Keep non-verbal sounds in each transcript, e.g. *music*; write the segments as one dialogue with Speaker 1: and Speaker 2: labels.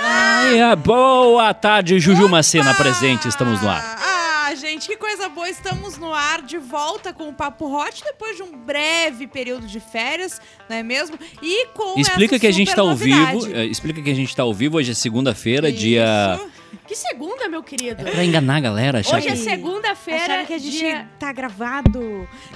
Speaker 1: Ai, é boa tarde, Juju Macena presente, estamos no ar.
Speaker 2: Ah, gente, que coisa boa! Estamos no ar de volta com o Papo Hot depois de um breve período de férias, não é mesmo? E com
Speaker 1: Explica
Speaker 2: essa
Speaker 1: que a gente
Speaker 2: super
Speaker 1: tá ao
Speaker 2: novidade.
Speaker 1: vivo, eh, explica que a gente tá ao vivo, hoje é segunda-feira, dia...
Speaker 2: Isso.
Speaker 3: Que segunda, meu querido?
Speaker 1: Pra enganar a galera, achar
Speaker 3: Hoje é
Speaker 1: É, que...
Speaker 3: segunda-feira.
Speaker 2: Acharam que a gente
Speaker 3: *laughs* dia-
Speaker 2: tá gravado.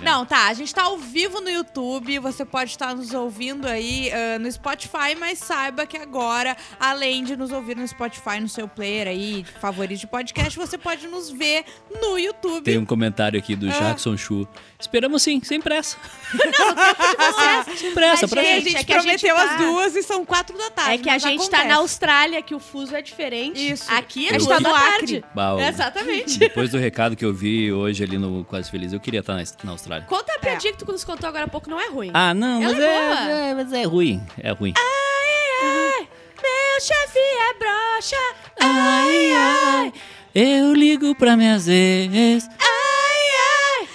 Speaker 1: É.
Speaker 2: Não, tá. A gente tá ao vivo no YouTube. Você pode estar nos ouvindo aí ah, no Spotify, mas saiba que agora, além de nos ouvir no Spotify, no seu player aí, favorito de podcast, você pode nos ver no YouTube.
Speaker 1: Tem um comentário aqui
Speaker 3: Ah.
Speaker 1: do Jackson Chu. Esperamos sim, sem pressa. *laughs*
Speaker 2: Ah,
Speaker 1: sem pressa,
Speaker 3: Mas,
Speaker 1: pra
Speaker 2: E a
Speaker 3: gente,
Speaker 2: gente
Speaker 3: é que a gente
Speaker 2: prometeu
Speaker 3: tá-
Speaker 2: as duas e são quatro da tarde.
Speaker 3: É que a
Speaker 2: ah, mas
Speaker 3: gente tá
Speaker 2: acontece.
Speaker 3: na Austrália, que o fuso é diferente.
Speaker 2: Isso.
Speaker 3: Aqui
Speaker 2: A
Speaker 3: é
Speaker 2: gente
Speaker 3: duas
Speaker 2: tá
Speaker 3: da
Speaker 2: no
Speaker 3: tarde. É,
Speaker 1: Bah, o-
Speaker 3: Exatamente.
Speaker 1: Depois do recado que eu vi hoje ali no Quase Feliz, eu queria estar na, na Austrália.
Speaker 2: É.
Speaker 3: Conta pra Di que tu nos contou agora há pouco, não é ruim.
Speaker 1: Ah, não,
Speaker 3: Ela
Speaker 1: mas
Speaker 3: é
Speaker 1: é,
Speaker 3: boa.
Speaker 1: é- mas é ruim. É ruim.
Speaker 3: Meu chefe é broxa.
Speaker 1: Ai, ai, eu ligo pra minhas ex.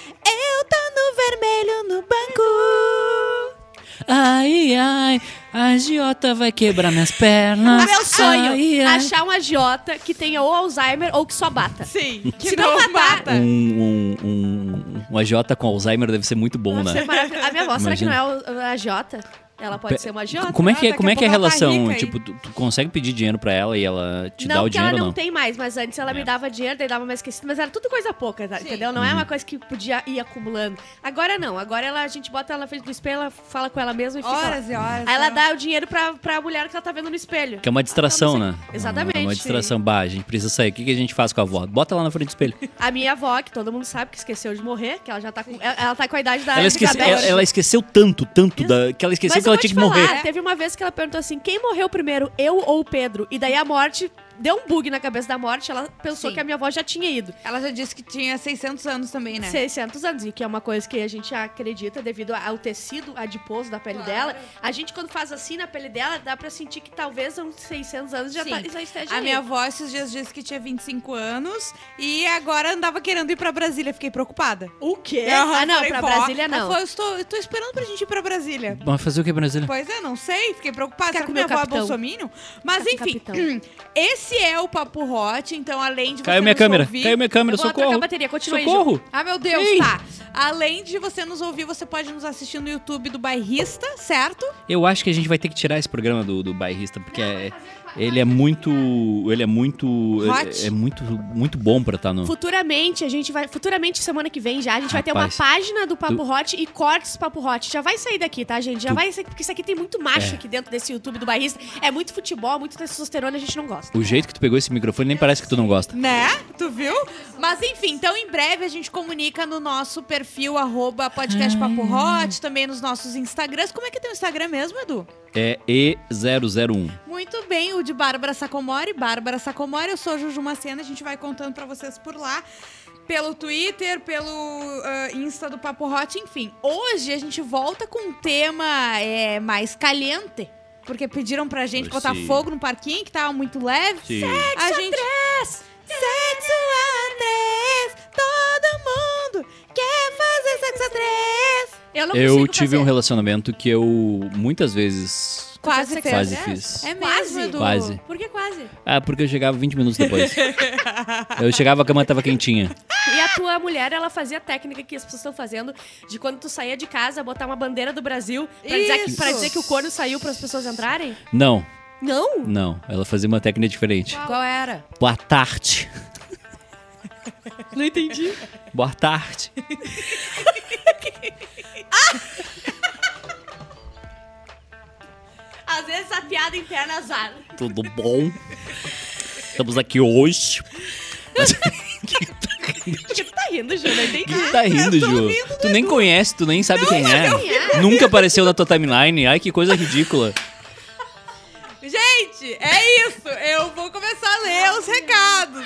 Speaker 2: Eu tô no vermelho no banco.
Speaker 1: Ai, ai, a agiota vai quebrar minhas pernas.
Speaker 3: O meu sonho,
Speaker 1: Ai, ai.
Speaker 3: achar um agiota que tenha ou Alzheimer ou que só bata. *laughs*
Speaker 2: Sim. Que
Speaker 3: Se não matar- Hum.
Speaker 1: Um, um, um, um agiota com Alzheimer deve ser muito bom,
Speaker 3: Deve ser
Speaker 2: é
Speaker 1: né?
Speaker 3: maravilhoso. A minha avó, será que
Speaker 1: Imagina.
Speaker 3: não é o- a agiota? Ela pode
Speaker 1: Pe-
Speaker 3: ser uma agiota?
Speaker 1: Como é que é,
Speaker 2: Daqui a
Speaker 1: como é, que é a
Speaker 2: pouco ela tá
Speaker 1: relação?
Speaker 2: rica aí.
Speaker 1: tipo, tu, tu consegue pedir dinheiro pra ela e ela te dá
Speaker 3: não,
Speaker 1: o
Speaker 3: porque ela
Speaker 1: dinheiro ou
Speaker 3: não,
Speaker 1: não?
Speaker 3: tem mais, mas antes ela
Speaker 1: É. Uhum.
Speaker 3: me dava dinheiro, daí dava mais esquecido, mas era tudo coisa pouca, tá?
Speaker 2: Sim.
Speaker 3: entendeu? Não é uma coisa que podia ir acumulando. Agora não, agora ela, a gente bota ela na frente do espelho, ela fala com ela mesma e fica. lá.
Speaker 2: Horas e horas. né?
Speaker 3: Aí ela dá o dinheiro pra, pra mulher que ela tá vendo no espelho.
Speaker 1: Que é uma distração, né?
Speaker 3: Exatamente.
Speaker 1: É uma distração. Bah, a gente precisa sair. O que, que a gente faz com a avó? Bota lá na frente do espelho.
Speaker 3: A minha avó, que todo mundo sabe que esqueceu de morrer, que ela já tá com. Ela, ela tá com a idade da
Speaker 1: Ela, esquece,
Speaker 3: Elizabeth.
Speaker 1: ela, ela esqueceu tanto, tanto, da, que ela esqueceu
Speaker 3: Mas
Speaker 1: que
Speaker 3: eu
Speaker 1: ela
Speaker 3: vou
Speaker 1: tinha
Speaker 3: te
Speaker 1: que
Speaker 3: falar,
Speaker 1: morrer.
Speaker 3: Teve uma vez que ela perguntou assim: quem morreu primeiro, eu ou o Pedro? E daí a morte deu um bug na cabeça da morte, ela pensou
Speaker 2: Sim.
Speaker 3: que a minha avó já tinha ido.
Speaker 2: Ela já disse que tinha 600 anos também, né?
Speaker 3: 600 anos, e que é uma coisa que a gente acredita devido ao tecido adiposo da pele
Speaker 2: Claro.
Speaker 3: dela. A gente, quando faz assim na pele dela, dá pra sentir que talvez há uns 600 anos já,
Speaker 2: Sim.
Speaker 3: tá, já esteja
Speaker 2: A
Speaker 3: aí.
Speaker 2: minha avó esses dias disse que tinha 25 anos e agora andava querendo ir pra Brasília. Fiquei preocupada.
Speaker 3: O quê?
Speaker 2: Aham,
Speaker 3: ah, não,
Speaker 2: falei,
Speaker 3: pra
Speaker 2: "Vó", tá
Speaker 3: Brasília
Speaker 2: ela
Speaker 3: não.
Speaker 2: falou, eu estou, eu tô esperando pra gente ir pra
Speaker 3: *laughs*
Speaker 2: Brasília.
Speaker 1: Mas fazer o que, Brasília?
Speaker 2: Pois é, não sei, fiquei preocupada. Será que
Speaker 3: Fica com
Speaker 2: minha
Speaker 3: meu
Speaker 2: avó é
Speaker 3: capitão.
Speaker 2: bolsominion? Mas
Speaker 3: Fica com o
Speaker 2: enfim,
Speaker 3: capitão.
Speaker 2: *clears throat* esse é o Papo Hot, então além de você
Speaker 1: Caiu minha
Speaker 2: nos
Speaker 1: câmera.
Speaker 2: ouvir-
Speaker 1: Caiu minha câmera.
Speaker 3: Eu vou lá trocar
Speaker 1: Socorro.
Speaker 3: a bateria, continua aí,
Speaker 1: Socorro.
Speaker 2: Ah, meu Deus,
Speaker 1: Sim.
Speaker 2: tá. Além de você nos ouvir, você pode nos assistir no YouTube do Bairrista, certo?
Speaker 1: Eu acho que a gente vai ter que tirar esse programa do, do bairrista, porque é- ele é muito. Ele é muito.
Speaker 2: Hot.
Speaker 1: É, é muito, muito bom pra estar no.
Speaker 3: Futuramente, a gente vai. Futuramente, semana que vem já, a gente vai ter uma
Speaker 1: Rapaz,
Speaker 3: página do Papo Hot e cortes do Papo Hot. Já vai sair daqui, tá, gente? Já
Speaker 1: Tu-
Speaker 3: vai sair, porque isso aqui tem muito macho
Speaker 1: É.
Speaker 3: aqui dentro desse YouTube do barrista. É muito futebol, muito testosterona, a gente não gosta.
Speaker 1: O jeito que tu pegou esse microfone nem parece que tu não gosta.
Speaker 2: Né? Tu viu? Mas enfim, então em breve a gente comunica no nosso perfil, arroba podcast Papo Hot, também nos nossos Instagrams. Como é que é teu Instagram mesmo, Edu?
Speaker 1: É E001.
Speaker 2: Muito bem, o de Bárbara Sacomori, Bárbara Sacomori, eu sou a Juju Macena, a gente vai contando pra vocês por lá. Pelo Twitter, pelo ah, Insta do Papo Hot, enfim. Hoje a gente volta com um tema é, mais caliente, porque pediram pra gente
Speaker 1: Sim.
Speaker 2: botar fogo no parquinho, que tava muito leve. A gente... Sexo a três, todo mundo quer fazer sexo a três.
Speaker 3: Eu não
Speaker 1: Eu
Speaker 3: consigo
Speaker 1: tive
Speaker 3: fazer.
Speaker 1: um relacionamento que eu muitas vezes
Speaker 2: Quase fez.
Speaker 1: quase
Speaker 3: é?
Speaker 1: fiz.
Speaker 2: É mesmo,
Speaker 3: Quase.
Speaker 2: Edu.
Speaker 1: Quase.
Speaker 3: Por que quase?
Speaker 1: Ah, porque eu chegava 20 minutos
Speaker 3: *laughs*
Speaker 1: depois. eu chegava, a cama tava quentinha.
Speaker 3: E a tua mulher, ela fazia a técnica que as pessoas estão fazendo de quando tu saía de casa, botar uma bandeira do Brasil pra, dizer que,
Speaker 2: Isso.
Speaker 3: pra dizer que o corno saiu para as pessoas entrarem?
Speaker 1: Não,
Speaker 3: Não!
Speaker 1: não. Ela fazia uma técnica diferente.
Speaker 2: Qual era?
Speaker 1: Boa tarde.
Speaker 3: Não entendi.
Speaker 1: Boa tarde.
Speaker 3: Às vezes a piada interna azar.
Speaker 1: Tudo bom? Estamos aqui hoje.
Speaker 3: Por que tu tá rindo, Ju? Não entendi.
Speaker 1: Quem tá rindo, Ju? Tu nem conhece, tu nem sabe quem é. Nunca apareceu na tua timeline. Ai, que coisa ridícula.
Speaker 2: Gente, é isso. Eu vou começar a ler os recados.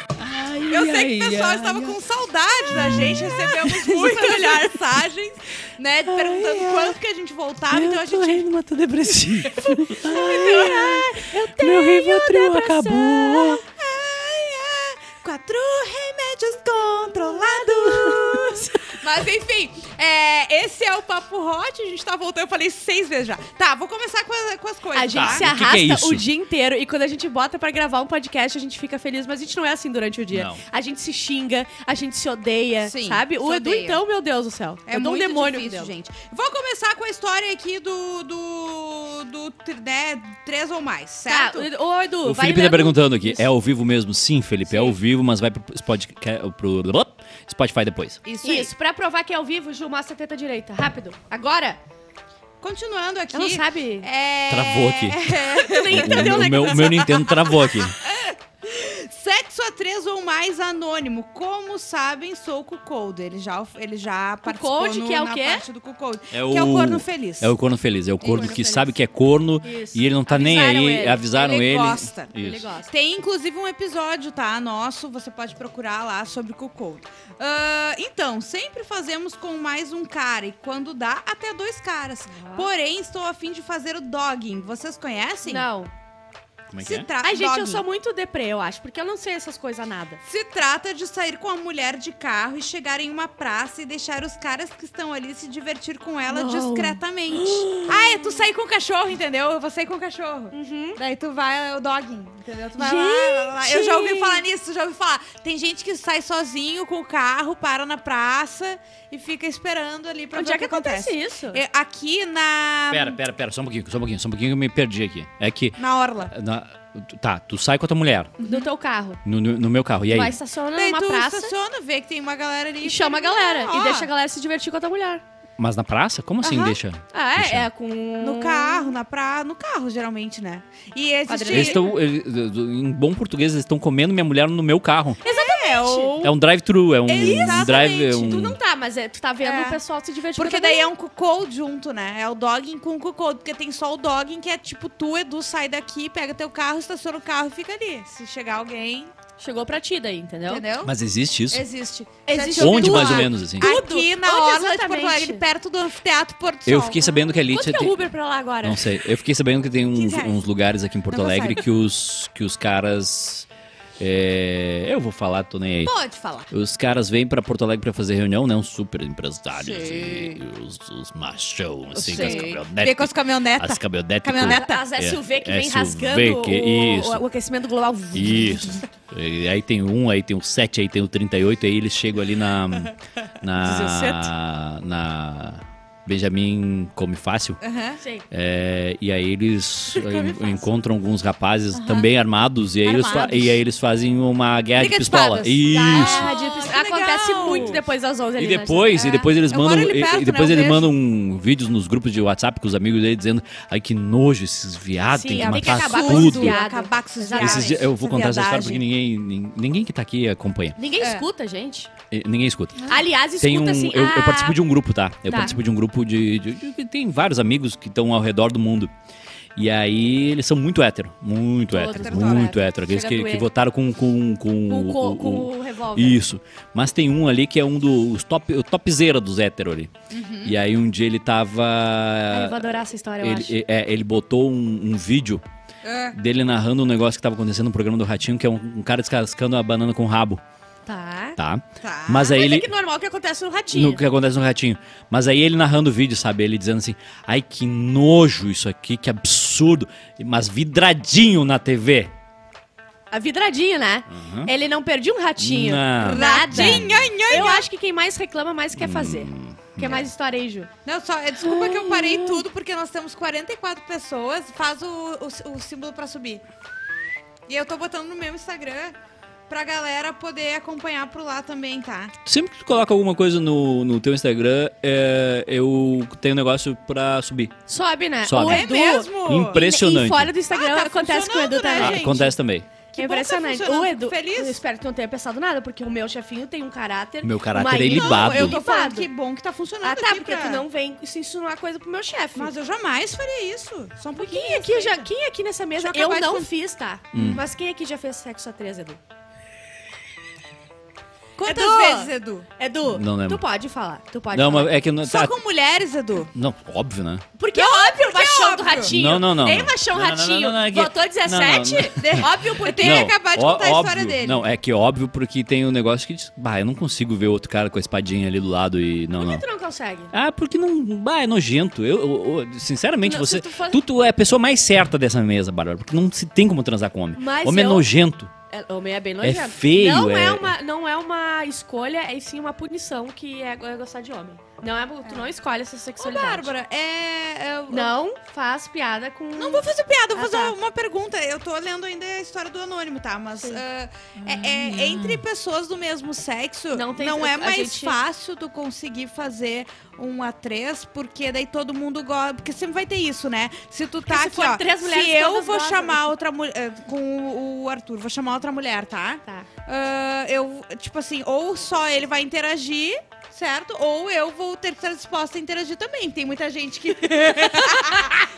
Speaker 2: Eu sei que o pessoal estava com saudade da gente. Recebemos
Speaker 3: *laughs*
Speaker 2: muitas mensagens, né? Perguntando quando que a gente voltava. então a gente.
Speaker 1: rindo, mas tô
Speaker 2: *laughs*
Speaker 1: depressivo. Meu Rivotril acabou.
Speaker 2: Ai, ah, Quatro remédios controlados. Mas enfim, é, esse é o Papo Hot. A gente tá voltando. Eu falei seis vezes já. Tá, vou começar com, as- com as coisas.
Speaker 3: A gente
Speaker 2: tá?
Speaker 3: se
Speaker 1: o que que é
Speaker 3: arrasta o,
Speaker 1: isso?
Speaker 3: dia inteiro e quando a gente bota pra gravar um podcast, a gente fica feliz, mas a gente não é assim durante o dia.
Speaker 1: Não.
Speaker 3: A gente se xinga, a gente se odeia,
Speaker 4: Sim,
Speaker 3: sabe? O
Speaker 4: se
Speaker 3: Edu,
Speaker 4: odeia.
Speaker 3: então, meu Deus do céu.
Speaker 2: É
Speaker 3: Edu é um
Speaker 2: muito
Speaker 3: demônio,
Speaker 4: difícil,
Speaker 3: meu Deus.
Speaker 4: gente.
Speaker 2: Vou começar com a história aqui do. do. do. tri- né, três ou mais,
Speaker 3: Tá,
Speaker 2: certo?
Speaker 3: o Edu- ô, Edu,
Speaker 1: O
Speaker 3: vai
Speaker 1: Felipe tá
Speaker 3: lendo-
Speaker 1: perguntando aqui, é ao vivo mesmo? Sim, Felipe, é ao vivo, mas vai pro, Spotca- pro Spotify depois.
Speaker 2: Isso, aí.
Speaker 3: Isso, pra provar que é ao vivo, Ju, mostra a teta direita. Rápido. Agora!
Speaker 2: Continuando aqui.
Speaker 3: Ela não sabe.
Speaker 2: É...
Speaker 1: Travou aqui.
Speaker 2: *laughs*
Speaker 3: Tu nem entendeu,
Speaker 1: o, *laughs*
Speaker 3: né?
Speaker 1: meu, o meu Nintendo travou aqui.
Speaker 2: Sexo a três ou mais anônimo. Como sabem, sou o cuckolder. Ele já, ele já participou
Speaker 3: Cuckold,
Speaker 2: no,
Speaker 3: que é o
Speaker 2: na
Speaker 3: quê?
Speaker 2: parte do cuckolder.
Speaker 1: É
Speaker 2: Que é o
Speaker 1: o-
Speaker 2: corno feliz.
Speaker 1: É o corno feliz, é o corno
Speaker 3: corno
Speaker 1: que
Speaker 3: feliz.
Speaker 1: sabe que é corno
Speaker 3: Isso.
Speaker 1: e ele não tá
Speaker 3: Avisaram
Speaker 1: nem aí,
Speaker 3: ele.
Speaker 1: avisaram
Speaker 2: Ele
Speaker 1: ele.
Speaker 2: gosta.
Speaker 1: Isso.
Speaker 3: Ele gosta.
Speaker 2: Tem inclusive um episódio, tá? Nosso, você pode procurar lá sobre cuckolder. Ah, então, sempre fazemos com mais um cara e quando dá, até dois caras. Porém, estou a fim de fazer o dogging. Vocês conhecem?
Speaker 3: Não.
Speaker 1: Como é que
Speaker 2: Se tá
Speaker 1: é?
Speaker 2: trata
Speaker 3: Ai, gente, eu
Speaker 2: dogging.
Speaker 3: sou muito deprê, eu acho, porque eu não sei essas coisas nada.
Speaker 2: Se trata de sair com a mulher de carro e chegar em uma praça e deixar os caras que estão ali se divertir com ela
Speaker 3: Não. *gasps*
Speaker 2: discretamente. ah, é tu sair com o cachorro, entendeu? Eu vou sair com o cachorro.
Speaker 3: Uhum.
Speaker 2: Daí tu vai, é o dogging, entendeu? Tu vai lá, lá, lá, lá. Eu já ouvi
Speaker 3: Gente!
Speaker 2: falar nisso, já ouvi falar. Tem gente que sai sozinho com o carro, para na praça e fica esperando ali pra
Speaker 3: Onde
Speaker 2: ver
Speaker 3: é que
Speaker 2: o que acontece.
Speaker 3: acontece isso?
Speaker 2: É, Aqui na...
Speaker 1: Pera, pera, pera, só um pouquinho, só um pouquinho, só um pouquinho que eu me perdi aqui. É que.
Speaker 2: Na orla.
Speaker 1: na- tu- tá, tu sai com a tua mulher
Speaker 3: Do teu carro.
Speaker 1: no, no- no meu carro, e aí?
Speaker 3: Vai, estaciona
Speaker 2: Daí
Speaker 3: numa
Speaker 2: tu
Speaker 3: Ah, praça
Speaker 2: estaciona, vê que tem uma galera ali.
Speaker 3: e chama a galera.
Speaker 2: Ó,
Speaker 3: E deixa a galera se divertir com a tua mulher.
Speaker 1: Mas na praça? Como assim
Speaker 2: Aham.
Speaker 1: deixa?
Speaker 3: Ah,
Speaker 1: Deixa.
Speaker 3: é, é com...
Speaker 2: No carro, na praia, no carro, geralmente, né? E existe.
Speaker 1: Eles estão. eles- Em bom português, eles estão comendo minha mulher no meu carro.
Speaker 2: É, o-
Speaker 1: É um drive-thru, é um, um
Speaker 2: Exatamente.
Speaker 1: drive. é um-
Speaker 3: Tu não tá, mas é, tu tá vendo
Speaker 2: É.
Speaker 3: o pessoal se divertir com
Speaker 2: Porque
Speaker 3: a tua
Speaker 2: daí é um cuckold junto, né? É o dogging com o cuckold. Porque tem só o dogging, que é tipo, tu, Edu, sai daqui, pega teu carro, estaciona o carro e fica ali. Se chegar alguém,
Speaker 3: mulher. Chegou pra ti daí, entendeu?
Speaker 2: entendeu?
Speaker 1: Mas existe isso?
Speaker 2: Existe.
Speaker 3: Existe
Speaker 2: Já tinha
Speaker 1: Onde
Speaker 2: ouvido
Speaker 1: mais ou
Speaker 2: falar?
Speaker 1: menos, assim?
Speaker 2: Aqui
Speaker 3: Tudo.
Speaker 2: na
Speaker 3: Onde
Speaker 2: Orla de Porto
Speaker 3: exatamente?
Speaker 2: Alegre, perto do Anfiteatro Porto Sol.
Speaker 1: Eu fiquei sabendo que ali
Speaker 3: Quanto
Speaker 1: tinha-
Speaker 3: que é
Speaker 1: tem-
Speaker 3: o Uber pra lá agora?
Speaker 1: Não sei. Eu fiquei sabendo que
Speaker 2: *laughs*
Speaker 1: tem uns,
Speaker 2: 15 reais.
Speaker 1: uns lugares aqui em Porto
Speaker 2: Não vou
Speaker 1: Alegre
Speaker 2: sair.
Speaker 1: que os, que os caras. é, eu vou falar, tô nem aí.
Speaker 4: Pode falar.
Speaker 1: Os caras vêm pra Porto Alegre pra fazer reunião, né? Uns super empresários.
Speaker 4: Sim.
Speaker 1: E os, os machão, assim, com
Speaker 4: Sim.
Speaker 1: as
Speaker 2: Vê com
Speaker 1: caminhonetes.
Speaker 2: as caminhonetas.
Speaker 1: As caminhonetes. com-
Speaker 2: Caminhonete.
Speaker 3: As SUV que
Speaker 1: É,
Speaker 3: vem
Speaker 1: SUV
Speaker 3: rasgando
Speaker 1: que-
Speaker 3: o,
Speaker 1: isso.
Speaker 3: o- o aquecimento global.
Speaker 1: Isso. E aí tem um, aí tem o 7, aí tem o 38, aí eles chegam ali na. Na.
Speaker 3: 17.
Speaker 1: na Benjamin Come Fácil.
Speaker 2: Aham.
Speaker 3: Sei.
Speaker 1: É, e aí
Speaker 2: *laughs*
Speaker 1: eles en- encontram alguns rapazes também armados, e aí, eles, fa-
Speaker 3: Armados.
Speaker 1: e aí eles fazem uma guerra
Speaker 2: Briga
Speaker 1: de
Speaker 2: de
Speaker 1: pistola.
Speaker 2: espadas.
Speaker 1: Isso.
Speaker 3: Ah, de-
Speaker 2: que
Speaker 3: acontece
Speaker 2: legal.
Speaker 3: muito depois das 11 ali,
Speaker 1: E
Speaker 3: né,
Speaker 1: depois,
Speaker 2: É.
Speaker 1: e depois eles
Speaker 2: Eu
Speaker 1: mandam,
Speaker 2: moro ali
Speaker 1: e-
Speaker 2: perto,
Speaker 1: e depois
Speaker 2: né? Eu
Speaker 1: eles
Speaker 2: vejo.
Speaker 1: mandam vídeos nos grupos de WhatsApp com os amigos dele dizendo, ai que nojo esses viados,
Speaker 3: Sim,
Speaker 1: tem que
Speaker 3: tem que
Speaker 1: matar
Speaker 3: acabar com esses
Speaker 1: tudo.
Speaker 3: viados.
Speaker 2: Tá Acabar com esses
Speaker 3: Exatamente.
Speaker 1: Esses dias- eu vou
Speaker 2: essa
Speaker 1: contar essa história um
Speaker 2: viadagem.
Speaker 1: porque ninguém, nin- ninguém que tá aqui acompanha,
Speaker 3: Ninguém
Speaker 2: É.
Speaker 3: escuta, gente.
Speaker 1: E- ninguém escuta.
Speaker 3: Aliás,
Speaker 1: Tem
Speaker 3: escuta
Speaker 1: um,
Speaker 3: assim.
Speaker 1: eu, eu participo de um grupo, tá? Eu
Speaker 3: Tá.
Speaker 1: participo de um grupo de, de- de- Tem vários amigos que estão ao redor do mundo. E aí, eles são muito hétero. Muito
Speaker 3: Todo
Speaker 1: hétero.
Speaker 3: hétero,
Speaker 1: Muito
Speaker 3: hétero.
Speaker 1: hétero. Aqueles
Speaker 3: Chega
Speaker 1: que,
Speaker 3: a
Speaker 1: que
Speaker 3: doer.
Speaker 1: votaram com, com, com,
Speaker 3: com, o
Speaker 1: o-
Speaker 3: co-
Speaker 1: o-
Speaker 3: com
Speaker 1: o-
Speaker 3: o revólver.
Speaker 1: um- Isso. Mas tem um ali que é um dos top, o topzera dos héteros ali. E aí um dia ele tava.
Speaker 3: Ai, eu vou adorar essa história, Uhum. eu acho.
Speaker 1: Ele, é, ele botou um, um vídeo
Speaker 2: É.
Speaker 1: dele narrando um negócio que tava acontecendo no programa do Ratinho, que é um, um cara descascando a banana com o rabo,
Speaker 3: Tá.
Speaker 1: tá?
Speaker 2: Tá.
Speaker 1: Mas aí
Speaker 3: Mas
Speaker 1: ele.
Speaker 3: é que normal que acontece no ratinho. né?
Speaker 1: No que acontece no ratinho. Mas aí ele narrando o vídeo, sabe? Ele dizendo assim: ai que nojo isso aqui, que absurdo. Mas vidradinho na TV.
Speaker 3: A vidradinha, né? Ele não perdia um ratinho.
Speaker 1: Uhum. Não.
Speaker 3: Nada.
Speaker 2: Radinha, nhan,
Speaker 3: Eu acho que quem mais reclama, mais quer fazer.
Speaker 1: Hum.
Speaker 3: Quer mais história aí, Ju?
Speaker 2: Não, só, é, desculpa que eu parei tudo, porque nós temos 44 pessoas. Faz o, o, o símbolo pra subir. E eu tô botando no meu Instagram pra galera poder acompanhar por lá também, tá?
Speaker 1: Sempre que tu coloca alguma coisa no, no teu Instagram, é, eu tenho um negócio pra subir.
Speaker 3: Sobe, né?
Speaker 1: Sobe.
Speaker 3: O
Speaker 1: É
Speaker 3: Edu,
Speaker 2: mesmo?
Speaker 1: Impre- Impressionante.
Speaker 3: E fora do Instagram
Speaker 2: Ah, tá
Speaker 3: acontece com o
Speaker 2: funcionando,
Speaker 3: Edu
Speaker 2: né,
Speaker 3: também.
Speaker 2: gente?
Speaker 1: Ah, Acontece também.
Speaker 2: Que
Speaker 3: é
Speaker 2: bom que tá
Speaker 3: impressionante.
Speaker 2: funcionando,
Speaker 3: o
Speaker 2: fico
Speaker 3: Edu,
Speaker 2: feliz.
Speaker 3: eu espero que não tenha pensado nada, porque o meu chefinho tem um caráter.
Speaker 1: Meu caráter
Speaker 3: uma
Speaker 1: é
Speaker 3: ira-
Speaker 1: ilibado.
Speaker 2: Não, eu tô
Speaker 3: Ilibado.
Speaker 2: falando que bom que tá funcionando
Speaker 3: Ah, tá,
Speaker 2: aqui
Speaker 3: porque
Speaker 2: pra-
Speaker 3: tu não vem se insinuar coisa pro meu chefe.
Speaker 2: Mas eu jamais faria isso. Só um pouquinho.
Speaker 3: Quem aqui, já, quem aqui nessa mesa?
Speaker 2: Deixa eu
Speaker 3: Eu
Speaker 2: acabar de
Speaker 3: não
Speaker 2: fazer.
Speaker 1: Hum.
Speaker 3: fiz, tá? Mas quem aqui já fez sexo a três, Edu?
Speaker 2: Quantas
Speaker 3: Edu!
Speaker 2: vezes, Edu?
Speaker 3: Edu,
Speaker 1: Não lembro.
Speaker 3: tu pode falar. Tu pode
Speaker 1: Não,
Speaker 3: falar.
Speaker 1: mas é que não.
Speaker 2: Só
Speaker 1: tá-
Speaker 2: com mulheres, Edu.
Speaker 1: Não, óbvio, né?
Speaker 3: Porque é óbvio o machão
Speaker 2: óbvio.
Speaker 3: do ratinho.
Speaker 1: Não, não, não.
Speaker 3: Tem machão
Speaker 1: Não, não, não,
Speaker 3: ratinho.
Speaker 1: não, não, é que-
Speaker 3: Votou 17? Óbvio por
Speaker 2: Tem-
Speaker 3: ter.
Speaker 2: Ele acabar de
Speaker 1: ó-
Speaker 2: contar a história
Speaker 1: óbvio.
Speaker 2: dele.
Speaker 1: Não, é que óbvio porque tem um negócio que diz, bah, eu não consigo ver outro cara com a espadinha ali do lado e não,
Speaker 3: Por que
Speaker 1: não.
Speaker 3: tu não consegue?
Speaker 1: Ah, porque não, bah, é nojento. Eu, eu- eu- sinceramente,
Speaker 3: Não, se
Speaker 1: você,
Speaker 3: tu
Speaker 1: tu,
Speaker 3: for-
Speaker 1: tu é a pessoa mais certa dessa mesa, Bárbara, porque não se tem como transar com homem.
Speaker 3: Mas
Speaker 1: homem
Speaker 3: eu-
Speaker 1: é nojento.
Speaker 3: É, homem é bem nojento.
Speaker 1: feio,
Speaker 3: não é...
Speaker 1: é-
Speaker 3: uma Não é uma escolha, é sim uma punição que é, é gostar de homem. Não é, tu não escolhe essa
Speaker 2: Ô,
Speaker 3: sexualidade.
Speaker 2: Bárbara, é... é-
Speaker 3: Não faz piada com...
Speaker 2: Não vou fazer piada, vou
Speaker 3: Ah,
Speaker 2: fazer
Speaker 3: tá.
Speaker 2: uma pergunta. Eu tô lendo ainda a história do anônimo, tá? Mas
Speaker 3: Sim.
Speaker 2: ah, é- é- entre pessoas do mesmo sexo,
Speaker 3: Não
Speaker 2: não,
Speaker 3: tem- a
Speaker 2: é mais
Speaker 3: gente-
Speaker 2: fácil tu conseguir fazer um a três, porque daí todo mundo gosta. Porque sempre vai ter isso, né? Se tu tá
Speaker 3: se
Speaker 2: aqui,
Speaker 3: for
Speaker 2: ó.
Speaker 3: três mulheres,
Speaker 2: se eu
Speaker 3: todas
Speaker 2: vou
Speaker 3: gostam.
Speaker 2: chamar outra mulher. Com o Arthur, vou chamar outra mulher, tá?
Speaker 3: Tá.
Speaker 2: Ah, eu, tipo assim, ou só ele vai interagir, certo? Ou eu vou ter que estar disposta a interagir também. Tem muita gente que. *laughs*